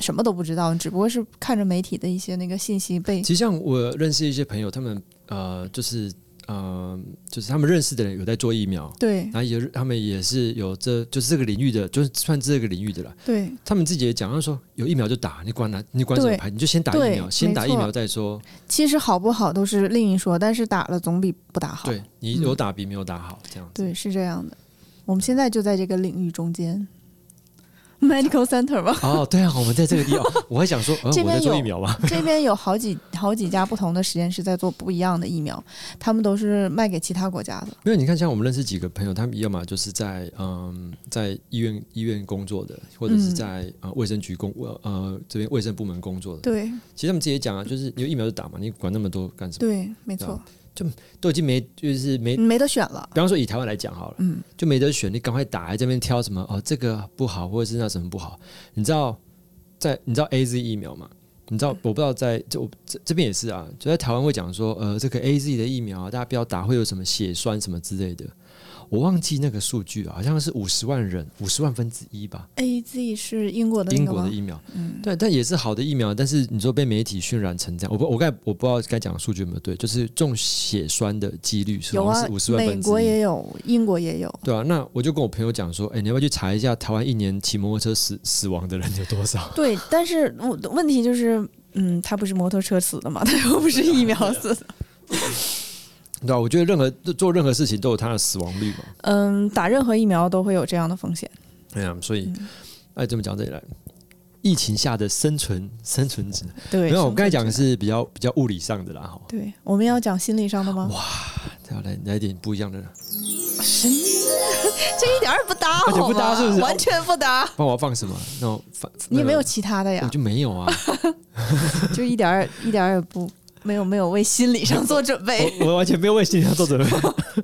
Speaker 2: 什么都不知道，你只不过是看着媒体的一些那个信息被
Speaker 1: 其实像我认识一些朋友，他们呃，就是呃，就是他们认识的人有在做疫苗，
Speaker 2: 对
Speaker 1: 然后也他们也是有这就是这个领域的，就是算这个领域的了。
Speaker 2: 对
Speaker 1: 他们自己也讲，他说有疫苗就打，你管哪你管什么
Speaker 2: 对
Speaker 1: 牌，你就先打
Speaker 2: 对
Speaker 1: 疫苗，先打
Speaker 2: 没
Speaker 1: 疫
Speaker 2: 错
Speaker 1: 苗再说。
Speaker 2: 其实好不好都是另一说，但是打了总比不打好。
Speaker 1: 对你
Speaker 2: 嗯
Speaker 1: 有打比没有打好，这样子。
Speaker 2: 对是这样的。我们现在就在这个领域中间，medical center (laughs) 吧，
Speaker 1: 哦，对啊，我们在这个地方， (laughs) 我还想说，呃，
Speaker 2: 这
Speaker 1: 我在
Speaker 2: 边
Speaker 1: 做
Speaker 2: 有
Speaker 1: 疫苗吧。
Speaker 2: 这边有好几好几家不同的实验室在做不一样的疫苗，他们都是卖给其他国家的。
Speaker 1: 没有，你看，像我们认识几个朋友，他们要么就是在嗯，在医院医院工作的，或者是
Speaker 2: 嗯
Speaker 1: 在、呃卫生局工呃呃这边卫生部门工作的。
Speaker 2: 对
Speaker 1: 其实他们自己也讲啊，就是你有疫苗就打嘛，你管那么多干什么？
Speaker 2: 对，没
Speaker 1: 对
Speaker 2: 错
Speaker 1: 啊，都已经没就是没，
Speaker 2: 你没得选了。
Speaker 1: 比方说以台湾来讲好了，
Speaker 2: 嗯，
Speaker 1: 就没得选，你赶快打，还这边挑什么哦，这个不好，或者是那什么不好。你知道在你知道 A Z 疫苗吗？你
Speaker 2: 嗯
Speaker 1: 知道我不知道在这我这这边也是啊，就在台湾会讲说，呃，这个 A Z 的疫苗啊大家不要打，会有什么血栓什么之类的。我忘记那个数据啊了，好像是五十万人，五十万分之一吧。
Speaker 2: A Z 是英国的那
Speaker 1: 英
Speaker 2: 个
Speaker 1: 国的
Speaker 2: 吗？
Speaker 1: 疫苗，
Speaker 2: 嗯
Speaker 1: 对，但也是好的疫苗。但是你说被媒体渲染成这样，我不，我该我不知道该讲的数据有没有对，就是中血栓的几率是
Speaker 2: 有
Speaker 1: 好
Speaker 2: 啊
Speaker 1: 像是五，十万
Speaker 2: 美
Speaker 1: 分之一。
Speaker 2: 国也有，英国也有。
Speaker 1: 对啊，那我就跟我朋友讲说，哎、你要不要去查一下台湾一年骑摩托车死死亡的人有多少？ (laughs)
Speaker 2: 对，但是我的问题就是，嗯，他不是摩托车死的嘛， (laughs) 他又不是疫苗死的。
Speaker 1: 对啊，我觉得任何做任何事情都有它的死亡率嘛。
Speaker 2: (laughs) 嗯，打任何疫苗都会有这样的风险。
Speaker 1: 哎呀、所以
Speaker 2: 嗯
Speaker 1: 哎，怎么讲这里来？疫情下的生存生存指南，
Speaker 2: 对，
Speaker 1: 没有，我
Speaker 2: 生
Speaker 1: 刚才
Speaker 2: 存
Speaker 1: 讲的
Speaker 2: 指南。
Speaker 1: 是比较比较物理上的啦，哈，
Speaker 2: 对，我们要讲心理上的吗？
Speaker 1: 再来来点不一样的啦，
Speaker 2: (laughs) 这一点儿也不搭，
Speaker 1: 而且
Speaker 2: 好
Speaker 1: 不搭
Speaker 2: 吗
Speaker 1: 是不是
Speaker 2: 完全不搭。
Speaker 1: 帮我放什么？那我放
Speaker 2: 你也没有
Speaker 1: 那
Speaker 2: 其他的
Speaker 1: 我
Speaker 2: 呀，
Speaker 1: 就没有
Speaker 2: (laughs)
Speaker 1: 啊，
Speaker 2: 就一点儿一点儿也不没有没有为心理上做准备。
Speaker 1: 我我完全没有为心理上做准备。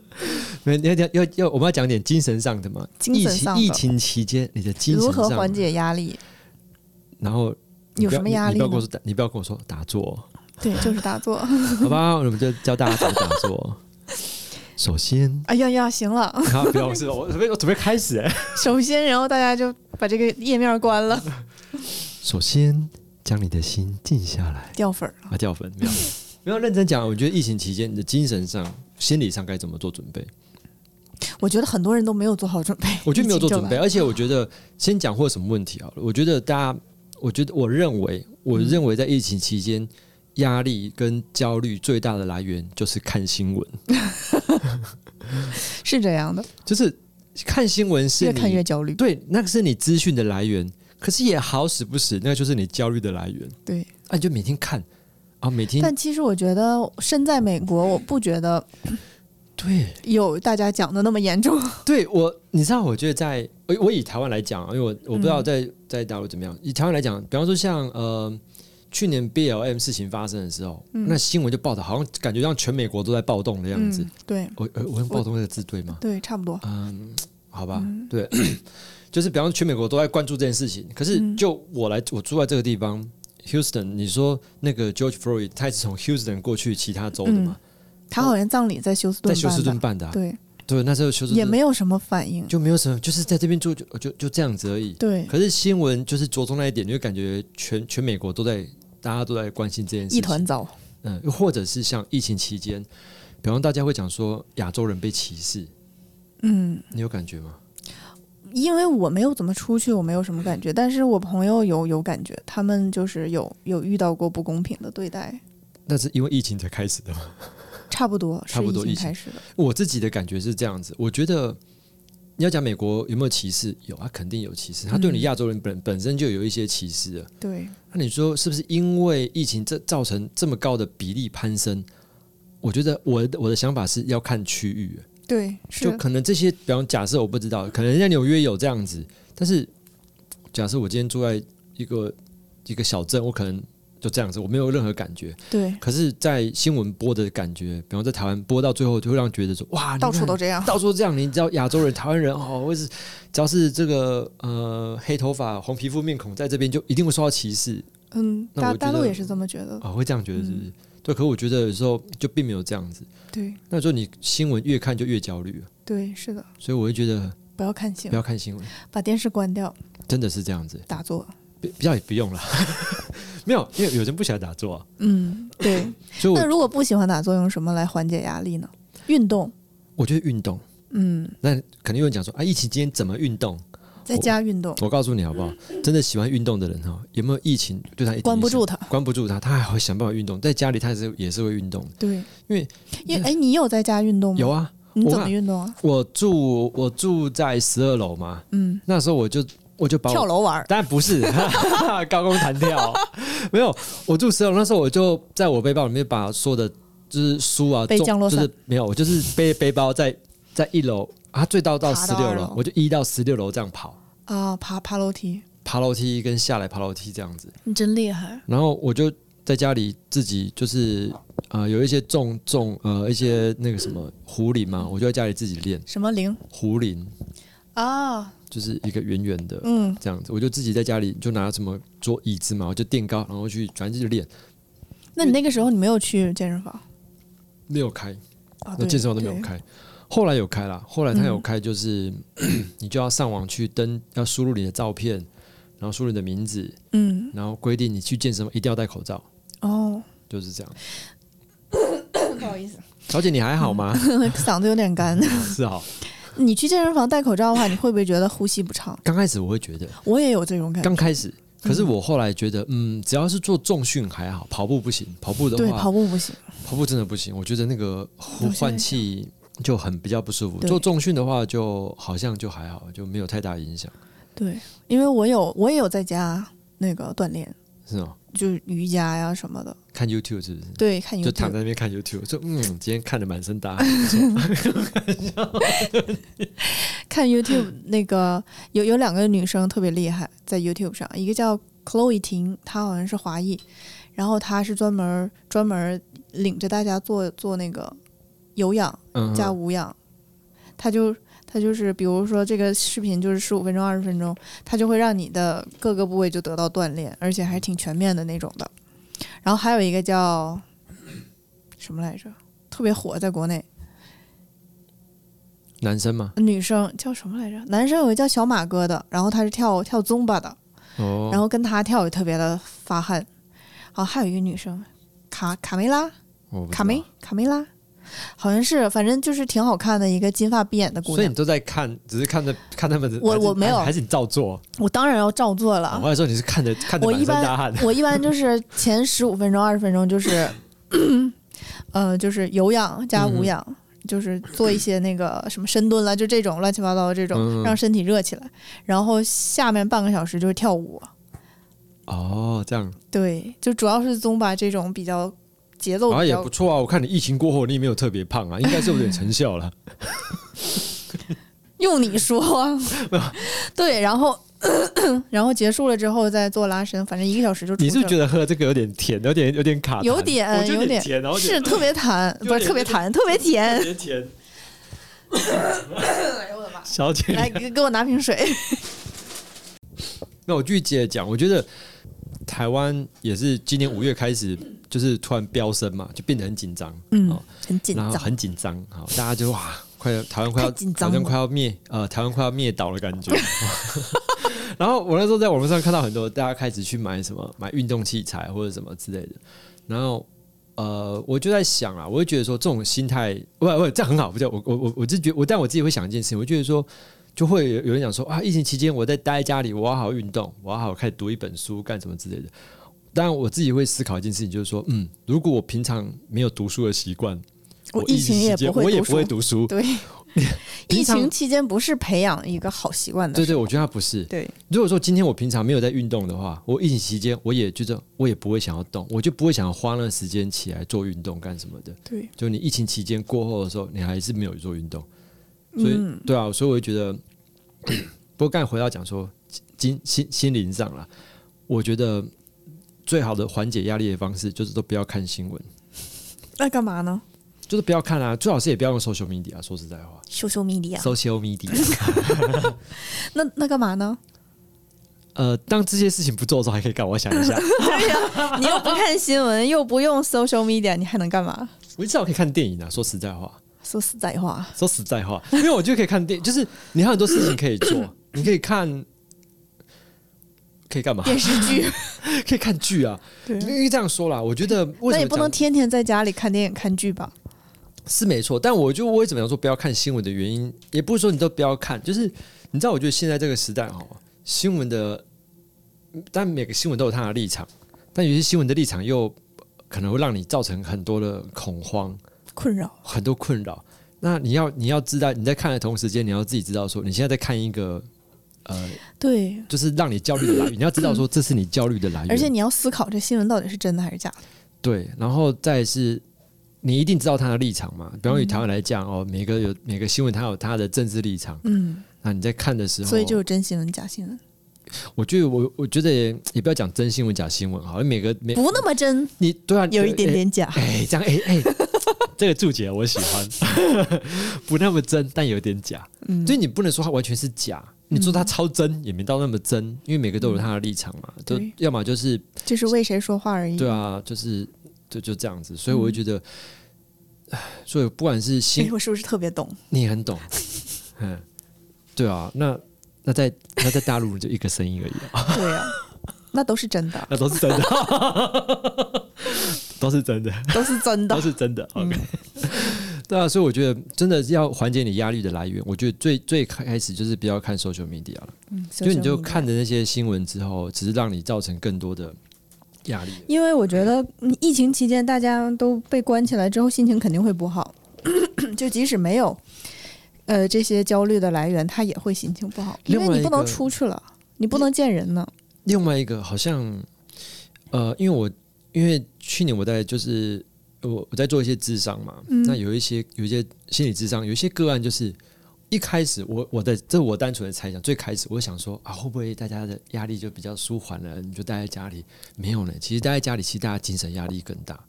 Speaker 2: (laughs)
Speaker 1: 没，你要讲要要，我们要讲点精神上的嘛。
Speaker 2: 精
Speaker 1: 疫
Speaker 2: 神上
Speaker 1: 情
Speaker 2: 的
Speaker 1: 疫情期间，你的精神
Speaker 2: 如何
Speaker 1: 上
Speaker 2: 缓解压力？
Speaker 1: 然后你
Speaker 2: 有
Speaker 1: 不要
Speaker 2: 什么
Speaker 1: 你
Speaker 2: 压
Speaker 1: 你
Speaker 2: 力
Speaker 1: 不要
Speaker 2: 呢
Speaker 1: 跟我说打，你不要跟我说打坐，
Speaker 2: 对，就是打坐。
Speaker 1: 好吧？我们就教大家怎么打坐。首先，
Speaker 2: (laughs) 哎呀呀，行了，
Speaker 1: (laughs)
Speaker 2: (laughs)
Speaker 1: 啊，不要是我准备我准备开始哎。
Speaker 2: 首先，然后大家就把这个页面关
Speaker 1: (laughs)
Speaker 2: 了，
Speaker 1: 首先，将你的心静下来。
Speaker 2: 掉粉儿了。
Speaker 1: 啊，掉粉没有？没有认真讲，我觉得疫情期间你的精神上、心理上该怎么做准备？
Speaker 2: 我觉得很多人都没有做好准备，
Speaker 1: 我觉得没有做准备，啊
Speaker 2: 疫情
Speaker 1: 而且我觉得先讲或什么问题好了。我觉得大家，我觉得我认为，我认为在疫情期间，压力跟焦虑最大的来源就是看新闻，
Speaker 2: 就来是这样的，
Speaker 1: 就是看新闻是
Speaker 2: 越
Speaker 1: 你
Speaker 2: 看越焦虑。
Speaker 1: 对，那个是你资讯的来源，可是也好死不死，那个就是你焦虑的来源
Speaker 2: 对，
Speaker 1: 啊！你就每天看啊，每天
Speaker 2: 但其实我觉得身在美国，我不觉得
Speaker 1: 对
Speaker 2: 有大家讲的那么严重。
Speaker 1: 对我，你知道，我觉得在我我以台湾来讲啊，因为我我不知道在在大陆怎么样，以台湾来讲，比方说像呃去年 BLM 事情发生的时候，
Speaker 2: 嗯
Speaker 1: 那新闻就报道，好像感觉让全美国都在暴动的样子。
Speaker 2: 嗯，对
Speaker 1: 我呃我我用暴动这个字对吗？
Speaker 2: 对，差不多。
Speaker 1: 嗯，好吧，对， (clears throat) 就是比方说全美国都在关注这件事情，可
Speaker 2: 嗯
Speaker 1: 是就我来，我住在这个地方，Houston，你说那个 George Floyd，他也是从 Houston 过去其他州的嘛，
Speaker 2: 他好像葬礼在休斯嗯顿
Speaker 1: 在
Speaker 2: 办的，
Speaker 1: 休斯顿办的、啊，
Speaker 2: 对，
Speaker 1: 对，那时候休斯顿
Speaker 2: 也没有什么反应。
Speaker 1: 就没有什么，就是在这边住就就就这样子而已。
Speaker 2: 对，
Speaker 1: 可是新闻就是着重那一点，你就感觉全全美国都在，大家都在关心这件事情，
Speaker 2: 一团糟。
Speaker 1: 嗯，又或者是像疫情期间，比方大家会讲说亚洲人被歧视，
Speaker 2: 嗯，
Speaker 1: 你有感觉吗？
Speaker 2: 因为我没有怎么出去，我没有什么感觉，但是我朋友有有感觉，他们就是有有遇到过不公平的对待，
Speaker 1: 那是因为疫情才开始的吗？
Speaker 2: 差不多
Speaker 1: 差
Speaker 2: 是
Speaker 1: 不多疫
Speaker 2: 疫
Speaker 1: 情
Speaker 2: 情开始的。
Speaker 1: 我自己的感觉是这样子，我觉得你要讲美国有没有歧视，有啊，肯定有歧视。他对
Speaker 2: 嗯
Speaker 1: 你亚洲人本本身就有一些歧视了。
Speaker 2: 对，
Speaker 1: 那你说是不是因为疫情这造成这么高的比例攀升？我觉得我的我的想法是要看区域，
Speaker 2: 对，
Speaker 1: 就可能这些，比方假设我不知道，可能人家纽约有这样子，但是假设我今天住在一个一个小镇，我可能就这样子，我没有任何感觉。
Speaker 2: 对，
Speaker 1: 可是，在新闻播的感觉，比方在台湾播到最后，就会让觉得说，哇，你
Speaker 2: 到处
Speaker 1: 看
Speaker 2: 都这样。
Speaker 1: 到处这样，你知道亚洲人、台湾人哦，或是只要是这个呃黑头发、红皮肤、面孔，在这边就一定会受到歧视
Speaker 2: 嗯，
Speaker 1: 那
Speaker 2: 大
Speaker 1: 我觉
Speaker 2: 大陆
Speaker 1: 得
Speaker 2: 也是这么觉得的。
Speaker 1: 啊、哦，会这样觉得是不是？
Speaker 2: 嗯
Speaker 1: 对，可我觉得有时候就并没有这样子。
Speaker 2: 对
Speaker 1: 那时候你新闻越看就越焦虑了，
Speaker 2: 对，是的，
Speaker 1: 所以我会觉得
Speaker 2: 不要看新
Speaker 1: 不
Speaker 2: 闻，
Speaker 1: 要看新闻，
Speaker 2: 把电视关掉，
Speaker 1: 真的是这样子。
Speaker 2: 打坐。
Speaker 1: 比比较也不用了， (laughs) 没有，因为有人不喜欢打坐、啊，
Speaker 2: 嗯，
Speaker 1: (laughs)
Speaker 2: 对。
Speaker 1: 所以
Speaker 2: 那
Speaker 1: 我
Speaker 2: 如果不喜欢打坐，用什么来缓解压力呢？运动。
Speaker 1: 我觉得运动。
Speaker 2: 嗯，
Speaker 1: 那肯定有人讲说啊，疫情今天怎么运动？哦
Speaker 2: 在家运动，
Speaker 1: 我告诉你好不好？真的喜欢运动的人哈，有没有疫情对他一定
Speaker 2: 关不
Speaker 1: 影响
Speaker 2: 住它。
Speaker 1: 关不住他，他还会想办法运动，在家里他也是也是会运动的。
Speaker 2: 对，
Speaker 1: 因为
Speaker 2: 因为哎，你有在家运动吗？
Speaker 1: 有啊，
Speaker 2: 你
Speaker 1: 我
Speaker 2: 怎么
Speaker 1: 看
Speaker 2: 运动啊？
Speaker 1: 我住我住在十二楼嘛，
Speaker 2: 嗯，
Speaker 1: 那时候我就我就把我
Speaker 2: 跳楼玩儿。
Speaker 1: 当然不
Speaker 2: (laughs)
Speaker 1: 是高空弹跳，没有。我住十楼那时候，我就在我背包里面把所有的就是书啊，
Speaker 2: 背
Speaker 1: 重
Speaker 2: 降落
Speaker 1: 就
Speaker 2: 伞
Speaker 1: 是没有，我就是背背包在在一楼，啊，最高到
Speaker 2: 爬
Speaker 1: 十
Speaker 2: 到
Speaker 1: 六
Speaker 2: 二
Speaker 1: 楼
Speaker 2: 楼，
Speaker 1: 我就一到十六楼这样跑，
Speaker 2: 啊，爬爬楼梯，
Speaker 1: 爬楼梯跟下来爬楼梯这样子。
Speaker 2: 你真厉害。
Speaker 1: 然后我就在家里自己就是呃有一些种种呃一些那个什么壶铃嘛，我就在家里自己练
Speaker 2: 什么零
Speaker 1: 壶铃，
Speaker 2: 啊？
Speaker 1: 就是一个圆圆的，
Speaker 2: 嗯，
Speaker 1: 这样子，我就自己在家里就拿什么桌椅子嘛，我就垫高，然后去反正就练，
Speaker 2: 那你那个时候你没有去健身房
Speaker 1: 没有开，
Speaker 2: 啊？
Speaker 1: 那
Speaker 2: 对，
Speaker 1: 健身房都没有
Speaker 2: 对。嗯
Speaker 1: 开。后来有开啦，后来他有开，就是、 (clears throat) 你就要上网去登，要输入你的照片，然后输入你的名字，
Speaker 2: 嗯，
Speaker 1: 然后规定你去健身房一定要戴口罩，
Speaker 2: 哦，
Speaker 1: 就是这样。
Speaker 2: 不好意 (laughs) 思，
Speaker 1: 小姐，你还好
Speaker 2: (laughs)
Speaker 1: 吗？啊
Speaker 2: 嗓子有点干。
Speaker 1: 是哦好。
Speaker 2: 你去健身房戴口罩的话，你会不会觉得呼吸不畅？
Speaker 1: 刚开始我会觉得，
Speaker 2: 我也有这种感觉。
Speaker 1: 刚开始，可是我后来觉得，嗯，只要是做重训还好，跑步不行，跑步的
Speaker 2: 对，
Speaker 1: 话
Speaker 2: 跑步不行。
Speaker 1: 跑步真的不行，我觉得那个呼
Speaker 2: 我现在
Speaker 1: 换气就很比较不舒服。
Speaker 2: 对
Speaker 1: 做重训的话，就好像就还好，就没有太大影响，
Speaker 2: 对，因为我有我也有在家那个锻炼，
Speaker 1: 是吗？
Speaker 2: 就瑜伽呀什么的。
Speaker 1: 看 YouTube 是不是？
Speaker 2: 对，看
Speaker 1: 就躺
Speaker 2: YouTube。
Speaker 1: 在那边看 YouTube，就嗯，今天看的满身大
Speaker 2: (laughs)
Speaker 1: 汗。
Speaker 2: 看 YouTube 那个有有两个女生特别厉害，在 YouTube 上，一个叫 Chloe 婷，她好像是华裔，然后她是专门专门领着大家做做那个有氧
Speaker 1: 嗯，
Speaker 2: 加无氧，她就。她就是，比如说这个视频就是十五分钟、二十分钟，它就会让你的各个部位就得到锻炼，而且还挺全面的那种的。然后还有一个叫什么来着，特别火，在国内，
Speaker 1: 男生嘛，
Speaker 2: 女生叫什么来着？男生有个叫小马哥的，然后他是跳跳宗巴的，
Speaker 1: 哦，
Speaker 2: 然后跟他跳也特别的发汗。然后还有一个女生，卡卡梅拉，
Speaker 1: 我不知道
Speaker 2: 卡梅，卡梅拉，好像是，反正就是挺好看的一个金发碧眼的姑
Speaker 1: 所以
Speaker 2: 娘
Speaker 1: 你。都在看，只是看着看他们的，
Speaker 2: 我
Speaker 1: 还是
Speaker 2: 我没有
Speaker 1: 还是你照做。
Speaker 2: 我当然要照做了
Speaker 1: 我，还说你是看着看着哦
Speaker 2: 我
Speaker 1: 满
Speaker 2: 一
Speaker 1: 身
Speaker 2: 般
Speaker 1: 大
Speaker 2: (laughs)
Speaker 1: 汗， (laughs)
Speaker 2: 我一般就是前十五分钟、二十分钟就是，呃，就是有氧加无氧，
Speaker 1: 嗯
Speaker 2: 就是做一些那个什么深蹲啦，就这种乱七八糟的这种，
Speaker 1: 嗯嗯
Speaker 2: 让身体热起来。然后下面半个小时就是跳舞，
Speaker 1: 哦，这样，
Speaker 2: 对，就主要是宗巴这种比较节奏
Speaker 1: 然后
Speaker 2: 比
Speaker 1: 也
Speaker 2: 较
Speaker 1: 不错啊。我看你疫情过后，你也没有特别胖啊，应该是有点成效 (laughs) 了。
Speaker 2: 用你说啊，对，然后 (clears throat) 然后结束了之后再做拉伸，反正一个小时就出
Speaker 1: 你是不
Speaker 2: 去
Speaker 1: 是觉
Speaker 2: 了
Speaker 1: 得喝这个有点甜，有点有点卡痰？
Speaker 2: 有点
Speaker 1: 我觉得
Speaker 2: 有点
Speaker 1: 甜，然后有点
Speaker 2: 是特别弹，
Speaker 1: 有
Speaker 2: 不是
Speaker 1: 点
Speaker 2: 特别
Speaker 1: 有点
Speaker 2: 弹，特别甜。
Speaker 1: 别甜。
Speaker 2: 哎呦我的妈！
Speaker 1: 小姐，
Speaker 2: 来给给我拿瓶水。
Speaker 1: 那我继续接着讲。我觉得台湾也是今年五月开始，就是突然飙升嘛，就变得很紧张，
Speaker 2: 嗯
Speaker 1: 哦，
Speaker 2: 很紧
Speaker 1: 然
Speaker 2: 张
Speaker 1: 后，很紧张，好，大家就哇，快要台湾快要
Speaker 2: 太紧张
Speaker 1: 好像
Speaker 2: 了
Speaker 1: 快要灭呃，台湾快要灭岛的感
Speaker 2: (laughs)
Speaker 1: 觉。然后我那时候在网络上看到很多大家开始去买什么买运动器材或者什么之类的，然后。呃，我就在想啊，我会觉得说这种心态，不不，这样很好，不对，我我我我就觉我，但我自己会想一件事情，我觉得说，就会有有人讲说啊，疫情期间我在待在家里，我要好好运动，我要好好开始读一本书，干什么之类的。当然，我自己会思考一件事情，就是说，嗯，如果我平常没有读书的习惯，我
Speaker 2: 疫情
Speaker 1: 疫
Speaker 2: 也
Speaker 1: 期间
Speaker 2: 不会
Speaker 1: 我也
Speaker 2: 读
Speaker 1: 不会
Speaker 2: 书
Speaker 1: 读书。
Speaker 2: 对，疫
Speaker 1: (laughs) 平常
Speaker 2: 情期间不是培养一个好习惯的
Speaker 1: 对
Speaker 2: 时
Speaker 1: 对，
Speaker 2: 候，
Speaker 1: 我觉得他不是。
Speaker 2: 对
Speaker 1: 如果说今天我平常没有在运动的话，我疫情期间我也觉得我也不会想要动，我就不会想要花那个时间起来做运动干什么的。
Speaker 2: 对
Speaker 1: 就你疫情期间过后的时候，你还是没有做运动，所以、对啊，所以我就觉得， (clears throat) 不过刚才回到讲说心心心灵上啦，我觉得最好的缓解压力的方式就是都不要看新闻，
Speaker 2: 那干嘛呢
Speaker 1: 就是不要看啊，最好是也不要用 social media。说实在话
Speaker 2: ？social media，
Speaker 1: ，social media， (laughs)
Speaker 2: 那那干嘛呢？
Speaker 1: 呃，当这些事情不做的时候，还可以干嘛？我想一下，
Speaker 2: 你又不看新闻，又不用 social media，你还能干嘛？
Speaker 1: 我至少可以看电影啊。说实在话，
Speaker 2: 说实在话，
Speaker 1: 说实在话，因为我就可以看电，就是你还有很多事情可以做，你可以看，可以干
Speaker 2: (laughs)
Speaker 1: 嘛？
Speaker 2: 电视剧，
Speaker 1: 可以看剧啊。
Speaker 2: 对
Speaker 1: 因为这样说啦，我觉得为
Speaker 2: 嗯那
Speaker 1: 什
Speaker 2: 也
Speaker 1: 么
Speaker 2: 不能
Speaker 1: 讲
Speaker 2: 天天在家里看电影看剧吧？
Speaker 1: 是没错，但我就为什么要说不要看新闻的原因，也不是说你都不要看，就是你知道，我觉得现在这个时代哈，新闻的，但每个新闻都有它的立场，但有些新闻的立场又可能会让你造成很多的恐慌，
Speaker 2: 困扰，
Speaker 1: 很多困扰。那你要你要知道，你在看的同时间，你要自己知道说，你现在在看一个呃，
Speaker 2: 对，
Speaker 1: 就是让你焦虑的来源，你要知道说这是你焦虑的来源，
Speaker 2: 而且你要思考这新闻到底是真的还是假的。
Speaker 1: 对，然后再来是，你一定知道他的立场嘛？比方以台
Speaker 2: 嗯
Speaker 1: 湾来讲，哦，每个有每个新闻，它有它的政治立场。
Speaker 2: 嗯，
Speaker 1: 那你在看的时候，
Speaker 2: 所以就有真新闻假新闻，
Speaker 1: 我觉得我我觉得也也不要讲真新闻假新闻，好，因为每个每
Speaker 2: 不那么真，
Speaker 1: 你对啊，
Speaker 2: 嗯有一点点假。
Speaker 1: 哎，哎，这样哎 (laughs) 哎，这个注解我喜欢， (laughs) 不那么真，但有点假。
Speaker 2: 嗯
Speaker 1: 所以你不能说它完全是假，你说它超真也没到那么真，因为每个都有他的立场嘛，就
Speaker 2: 嗯对
Speaker 1: 要么就是
Speaker 2: 就是为谁说话而已。
Speaker 1: 对啊，就是就就这样子，所以我会觉得，唉所以不管是
Speaker 2: 哎，
Speaker 1: 新，
Speaker 2: 我是不是特别懂？
Speaker 1: 你很懂， (laughs) 嗯，对啊，那那在那在大陆就一个声音而已、啊，
Speaker 2: 对呀、那都是真 (laughs)
Speaker 1: (laughs)
Speaker 2: 的，
Speaker 1: 那都是真的， (laughs) 都是真的，
Speaker 2: 都是真的
Speaker 1: 都。是真的。OK，、对啊，所以我觉得真的要缓解你压力的来源，我觉得最最开始就是不要看 social media 了，
Speaker 2: 嗯，
Speaker 1: 就你就看着那些新闻之后，只是让你造成更多的压力。
Speaker 2: 因为我觉得嗯疫情期间大家都被关起来之后，心情肯定会不好。 (clears throat) 就即使没有呃这些焦虑的来源，他也会心情不好，因为
Speaker 1: 另外
Speaker 2: 你
Speaker 1: 一
Speaker 2: 不能
Speaker 1: 个
Speaker 2: 出去了，你不能见人呢。
Speaker 1: 另外一个好像，呃，因为我因为去年我在就是我我在做一些智商嘛，
Speaker 2: 嗯
Speaker 1: 那有一些有一些心理智商，有一些个案就是一开始我我的这我单纯的猜想，最开始我想说啊，会不会大家的压力就比较舒缓了，你就待在家里？没有呢，其实待在家里，其实大家精神压力更大。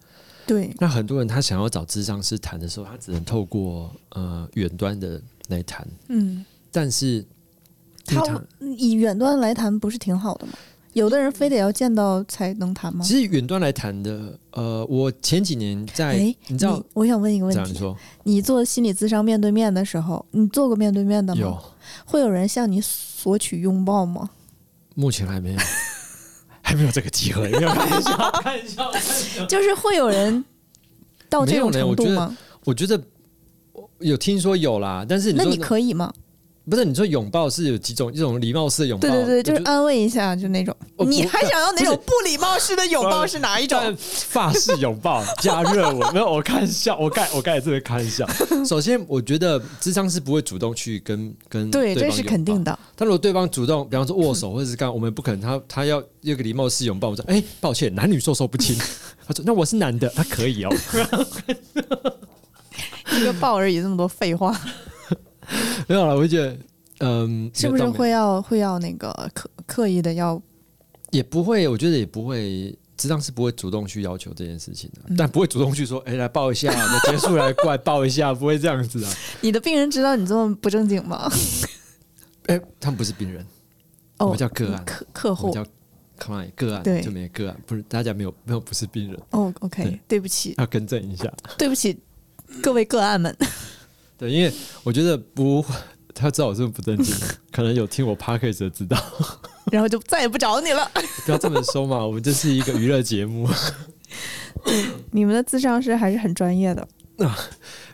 Speaker 2: 对，
Speaker 1: 那很多人他想要找智商师谈的时候，他只能透过呃远端的来谈，
Speaker 2: 嗯，
Speaker 1: 但是因为
Speaker 2: 他以远端来谈不是挺好的吗？有的人非得要见到才能谈吗？
Speaker 1: 其实远端来谈的，呃，我前几年在
Speaker 2: 哎，
Speaker 1: 你知道
Speaker 2: 我想问一个
Speaker 1: 这
Speaker 2: 问
Speaker 1: 样你
Speaker 2: 题：
Speaker 1: 说
Speaker 2: 你做心理咨商面对面的时候，你做过面对面的
Speaker 1: 有
Speaker 2: 吗？，会有人向你索取拥抱吗？
Speaker 1: 目前还没有， (laughs) 还没有这个机会，没有开
Speaker 2: (laughs)
Speaker 1: 玩笑，开玩笑。
Speaker 2: (laughs) 就是会有人到这种
Speaker 1: 没有呢
Speaker 2: 程度
Speaker 1: 我觉得
Speaker 2: 吗？
Speaker 1: 我觉得我有听说有啦，但是你
Speaker 2: 那
Speaker 1: 说
Speaker 2: 你可以
Speaker 1: 啊
Speaker 2: 吗？
Speaker 1: 不是你说拥抱是有几种，一种礼貌式的拥抱，
Speaker 2: 对对对，
Speaker 1: 我觉
Speaker 2: 就
Speaker 1: 得
Speaker 2: 是安慰一下，就那种。
Speaker 1: 我
Speaker 2: 你
Speaker 1: 我
Speaker 2: 还想要哪种
Speaker 1: 不呃
Speaker 2: 不礼貌式的拥抱是哪一种？
Speaker 1: 但法式拥
Speaker 2: (laughs)
Speaker 1: 抱加热吻，没有，我开玩笑，我刚我刚才真的开玩
Speaker 2: (laughs)
Speaker 1: 笑。首先，我觉得智商是不会主动去跟跟
Speaker 2: 对，
Speaker 1: 方
Speaker 2: 这是
Speaker 1: 拥抱
Speaker 2: 肯定的。 (laughs)
Speaker 1: 但如果对方主动，比方说握手或者是干，我们不可能他他要有个礼貌式拥抱，我说哎、抱歉，男女授受不亲。 (laughs) 他说那我是男的，他可以哦。
Speaker 2: 一个抱而已，这么多废
Speaker 1: (laughs)
Speaker 2: 话，
Speaker 1: (laughs) 没有了，我就觉得嗯，
Speaker 2: 是不
Speaker 1: 有
Speaker 2: 是
Speaker 1: 道理
Speaker 2: 会要会要那个刻刻意的要？
Speaker 1: 也不会？我觉得也不会。智商是不会主动去要求这件事情的、但不会主动去说，哎、来抱一下，我们结束来过来抱一下，不会这样子啊。
Speaker 2: 你的病人知道你这么不正经吗？
Speaker 1: (laughs) 哎、他们不是病人，我
Speaker 2: 哦
Speaker 1: 们，叫个案，
Speaker 2: 客客
Speaker 1: 我们
Speaker 2: 户
Speaker 1: 叫 client 个案，
Speaker 2: 哦对
Speaker 1: 就没个案，不是大家没有没有不是病人，
Speaker 2: 哦，OK，
Speaker 1: 对
Speaker 2: 对不起，
Speaker 1: 要更正一下。
Speaker 2: 对不起，各位个案们， (laughs)
Speaker 1: 对，因为我觉得不，他知道我是不正经，可能有听我 podcast 的知道， (laughs)
Speaker 2: 然后就再也不找你了。
Speaker 1: 不要这么说嘛，我们这是一个娱乐节目。 (laughs)
Speaker 2: 你们的咨商师还是很专业的，
Speaker 1: 因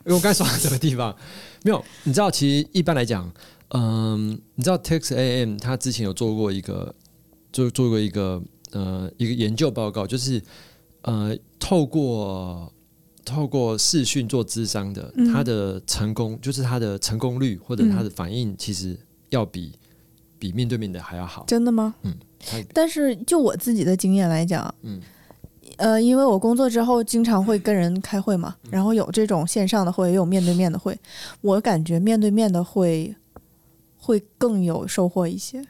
Speaker 1: 为我刚才说到什么地方？没有，你知道，其实一般来讲，嗯，你知道 Tex AM 他之前有做过一个，就做过一个呃一个研究报告，就是呃透过透过视讯做智商的，
Speaker 2: 嗯
Speaker 1: 他的成功就是他的成功率或者他的反应，其实要比、比面对面的还要好。
Speaker 2: 真的吗？
Speaker 1: 嗯他
Speaker 2: (laughs) 但是就我自己的经验来讲，
Speaker 1: 嗯，
Speaker 2: 呃，因为我工作之后经常会跟人开会嘛，
Speaker 1: 嗯
Speaker 2: 然后有这种线上的会，也有面对面的会，我感觉面对面的会会更有收获一些。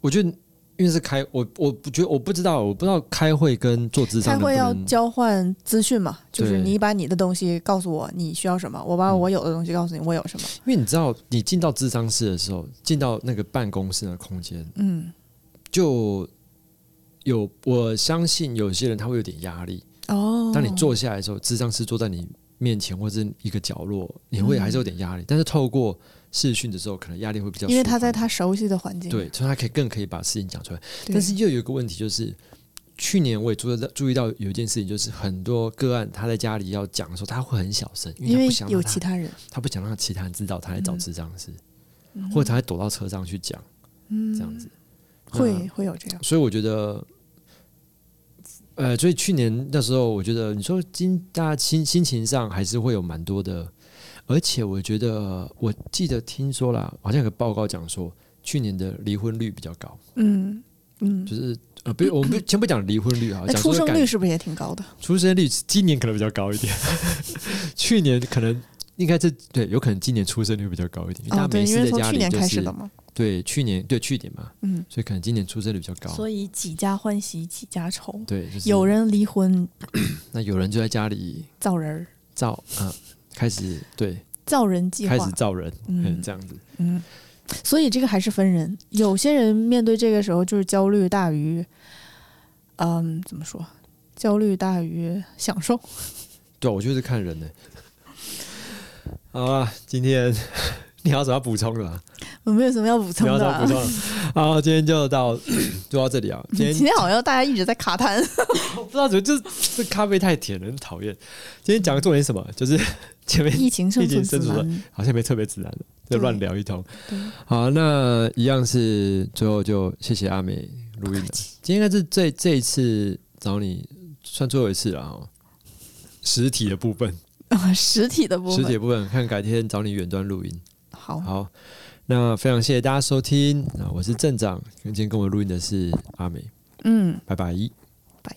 Speaker 1: 我觉得因为是开，我我不觉得我不知道，我不知道开会跟做智商
Speaker 2: 开
Speaker 1: 能不
Speaker 2: 会要
Speaker 1: 能
Speaker 2: 交换资讯嘛，就是
Speaker 1: 对
Speaker 2: 你把你的东西告诉我，你需要什么，我把
Speaker 1: 嗯
Speaker 2: 我有的东西告诉你，我有什么。
Speaker 1: 因为你知道，你进到智商室的时候，进到那个办公室的空间，
Speaker 2: 嗯，
Speaker 1: 就有我相信有些人他会有点压力。
Speaker 2: 哦，
Speaker 1: 当你坐下来的时候，智商师坐在你面前或者是一个角落，你会
Speaker 2: 嗯
Speaker 1: 还是有点压力。但是透过视讯的时候，可能压力会比较舒缓，
Speaker 2: 因为他在他熟悉的环境，
Speaker 1: 对，所以他可以更可以把事情讲出来。
Speaker 2: 对，
Speaker 1: 但是又有一个问题就是。去年我也注意到注意到有一件事情，就是很多个案他在家里要讲的时候，他会很小声，因
Speaker 2: 因
Speaker 1: 为他
Speaker 2: 为
Speaker 1: 不想
Speaker 2: 有
Speaker 1: 让
Speaker 2: 其
Speaker 1: 他
Speaker 2: 他人，
Speaker 1: 他不想让其他人知道他在找
Speaker 2: 嗯
Speaker 1: 智障师，或者他会躲到车上去讲
Speaker 2: 嗯
Speaker 1: 这样子。嗯
Speaker 2: 会会有这样，
Speaker 1: 所以我觉得，呃，所以去年那时候，我觉得你说今大家心心情上还是会有蛮多的，而且我觉得我记得听说啦，好像有个报告讲说，去年的离婚率比较高，
Speaker 2: 嗯嗯，
Speaker 1: 就是呃，不，我们不先不讲离婚率啊，
Speaker 2: 那
Speaker 1: 讲
Speaker 2: 哎出
Speaker 1: 说
Speaker 2: 生
Speaker 1: 感
Speaker 2: 率是不是也挺高的？
Speaker 1: 出生率今年可能比较高一点， (laughs) 去年可能。应该是对，有可能今年出生率比较高一点，因为大家
Speaker 2: 哦，对，
Speaker 1: 没
Speaker 2: 因
Speaker 1: 事
Speaker 2: 为
Speaker 1: 在
Speaker 2: 从
Speaker 1: 家
Speaker 2: 去
Speaker 1: 里
Speaker 2: 年
Speaker 1: 就
Speaker 2: 开始
Speaker 1: 是
Speaker 2: 的嘛，
Speaker 1: 对，去年对去年嘛，
Speaker 2: 嗯，
Speaker 1: 所以可能今年出生率比较高。
Speaker 2: 所以几家欢喜几家愁，
Speaker 1: 对，就是
Speaker 2: 有人离婚
Speaker 1: 那有人就在家里
Speaker 2: 造人儿，
Speaker 1: 造，呃，开始对，
Speaker 2: 造人计
Speaker 1: 开始
Speaker 2: 划，
Speaker 1: 造人，
Speaker 2: 嗯
Speaker 1: 嗯，这样子。
Speaker 2: 嗯，所以这个还是分人，有些人面对这个时候就是焦虑大于，嗯，怎么说？焦虑大于享受，
Speaker 1: 对，啊我就是看人呢、 (laughs) 好啊，今天 (laughs) 你还有什么要补充的啊吗？
Speaker 2: 我没有什么要补充
Speaker 1: 没有什
Speaker 2: 的
Speaker 1: 么
Speaker 2: 啊
Speaker 1: 补。
Speaker 2: (laughs)
Speaker 1: 充的。好，今天就到 (coughs) 就到这里啊。今
Speaker 2: 今
Speaker 1: 天
Speaker 2: 天好像大家一直在卡痰，
Speaker 1: (laughs) 我不知道怎么，就是 (laughs) 这咖啡太甜了，很讨厌。今天讲的重点是什么？就是 (laughs) 前面
Speaker 2: 疫情生存指
Speaker 1: 疫情生
Speaker 2: 南。
Speaker 1: 好像没特别指南的，就
Speaker 2: 对
Speaker 1: 乱聊一通
Speaker 2: 对。
Speaker 1: 好，那一样是最后就谢谢阿美录音了。今天应该是这这一次找你算最后一次了哈，实体的部分，
Speaker 2: 啊实体的部
Speaker 1: 实体
Speaker 2: 分
Speaker 1: 的部分看改天找你远端录音。
Speaker 2: 好，
Speaker 1: 好，那非常谢谢大家收听啊，我是镇长，今天跟我录音的是阿美，
Speaker 2: 嗯，
Speaker 1: 拜拜。
Speaker 2: 拜。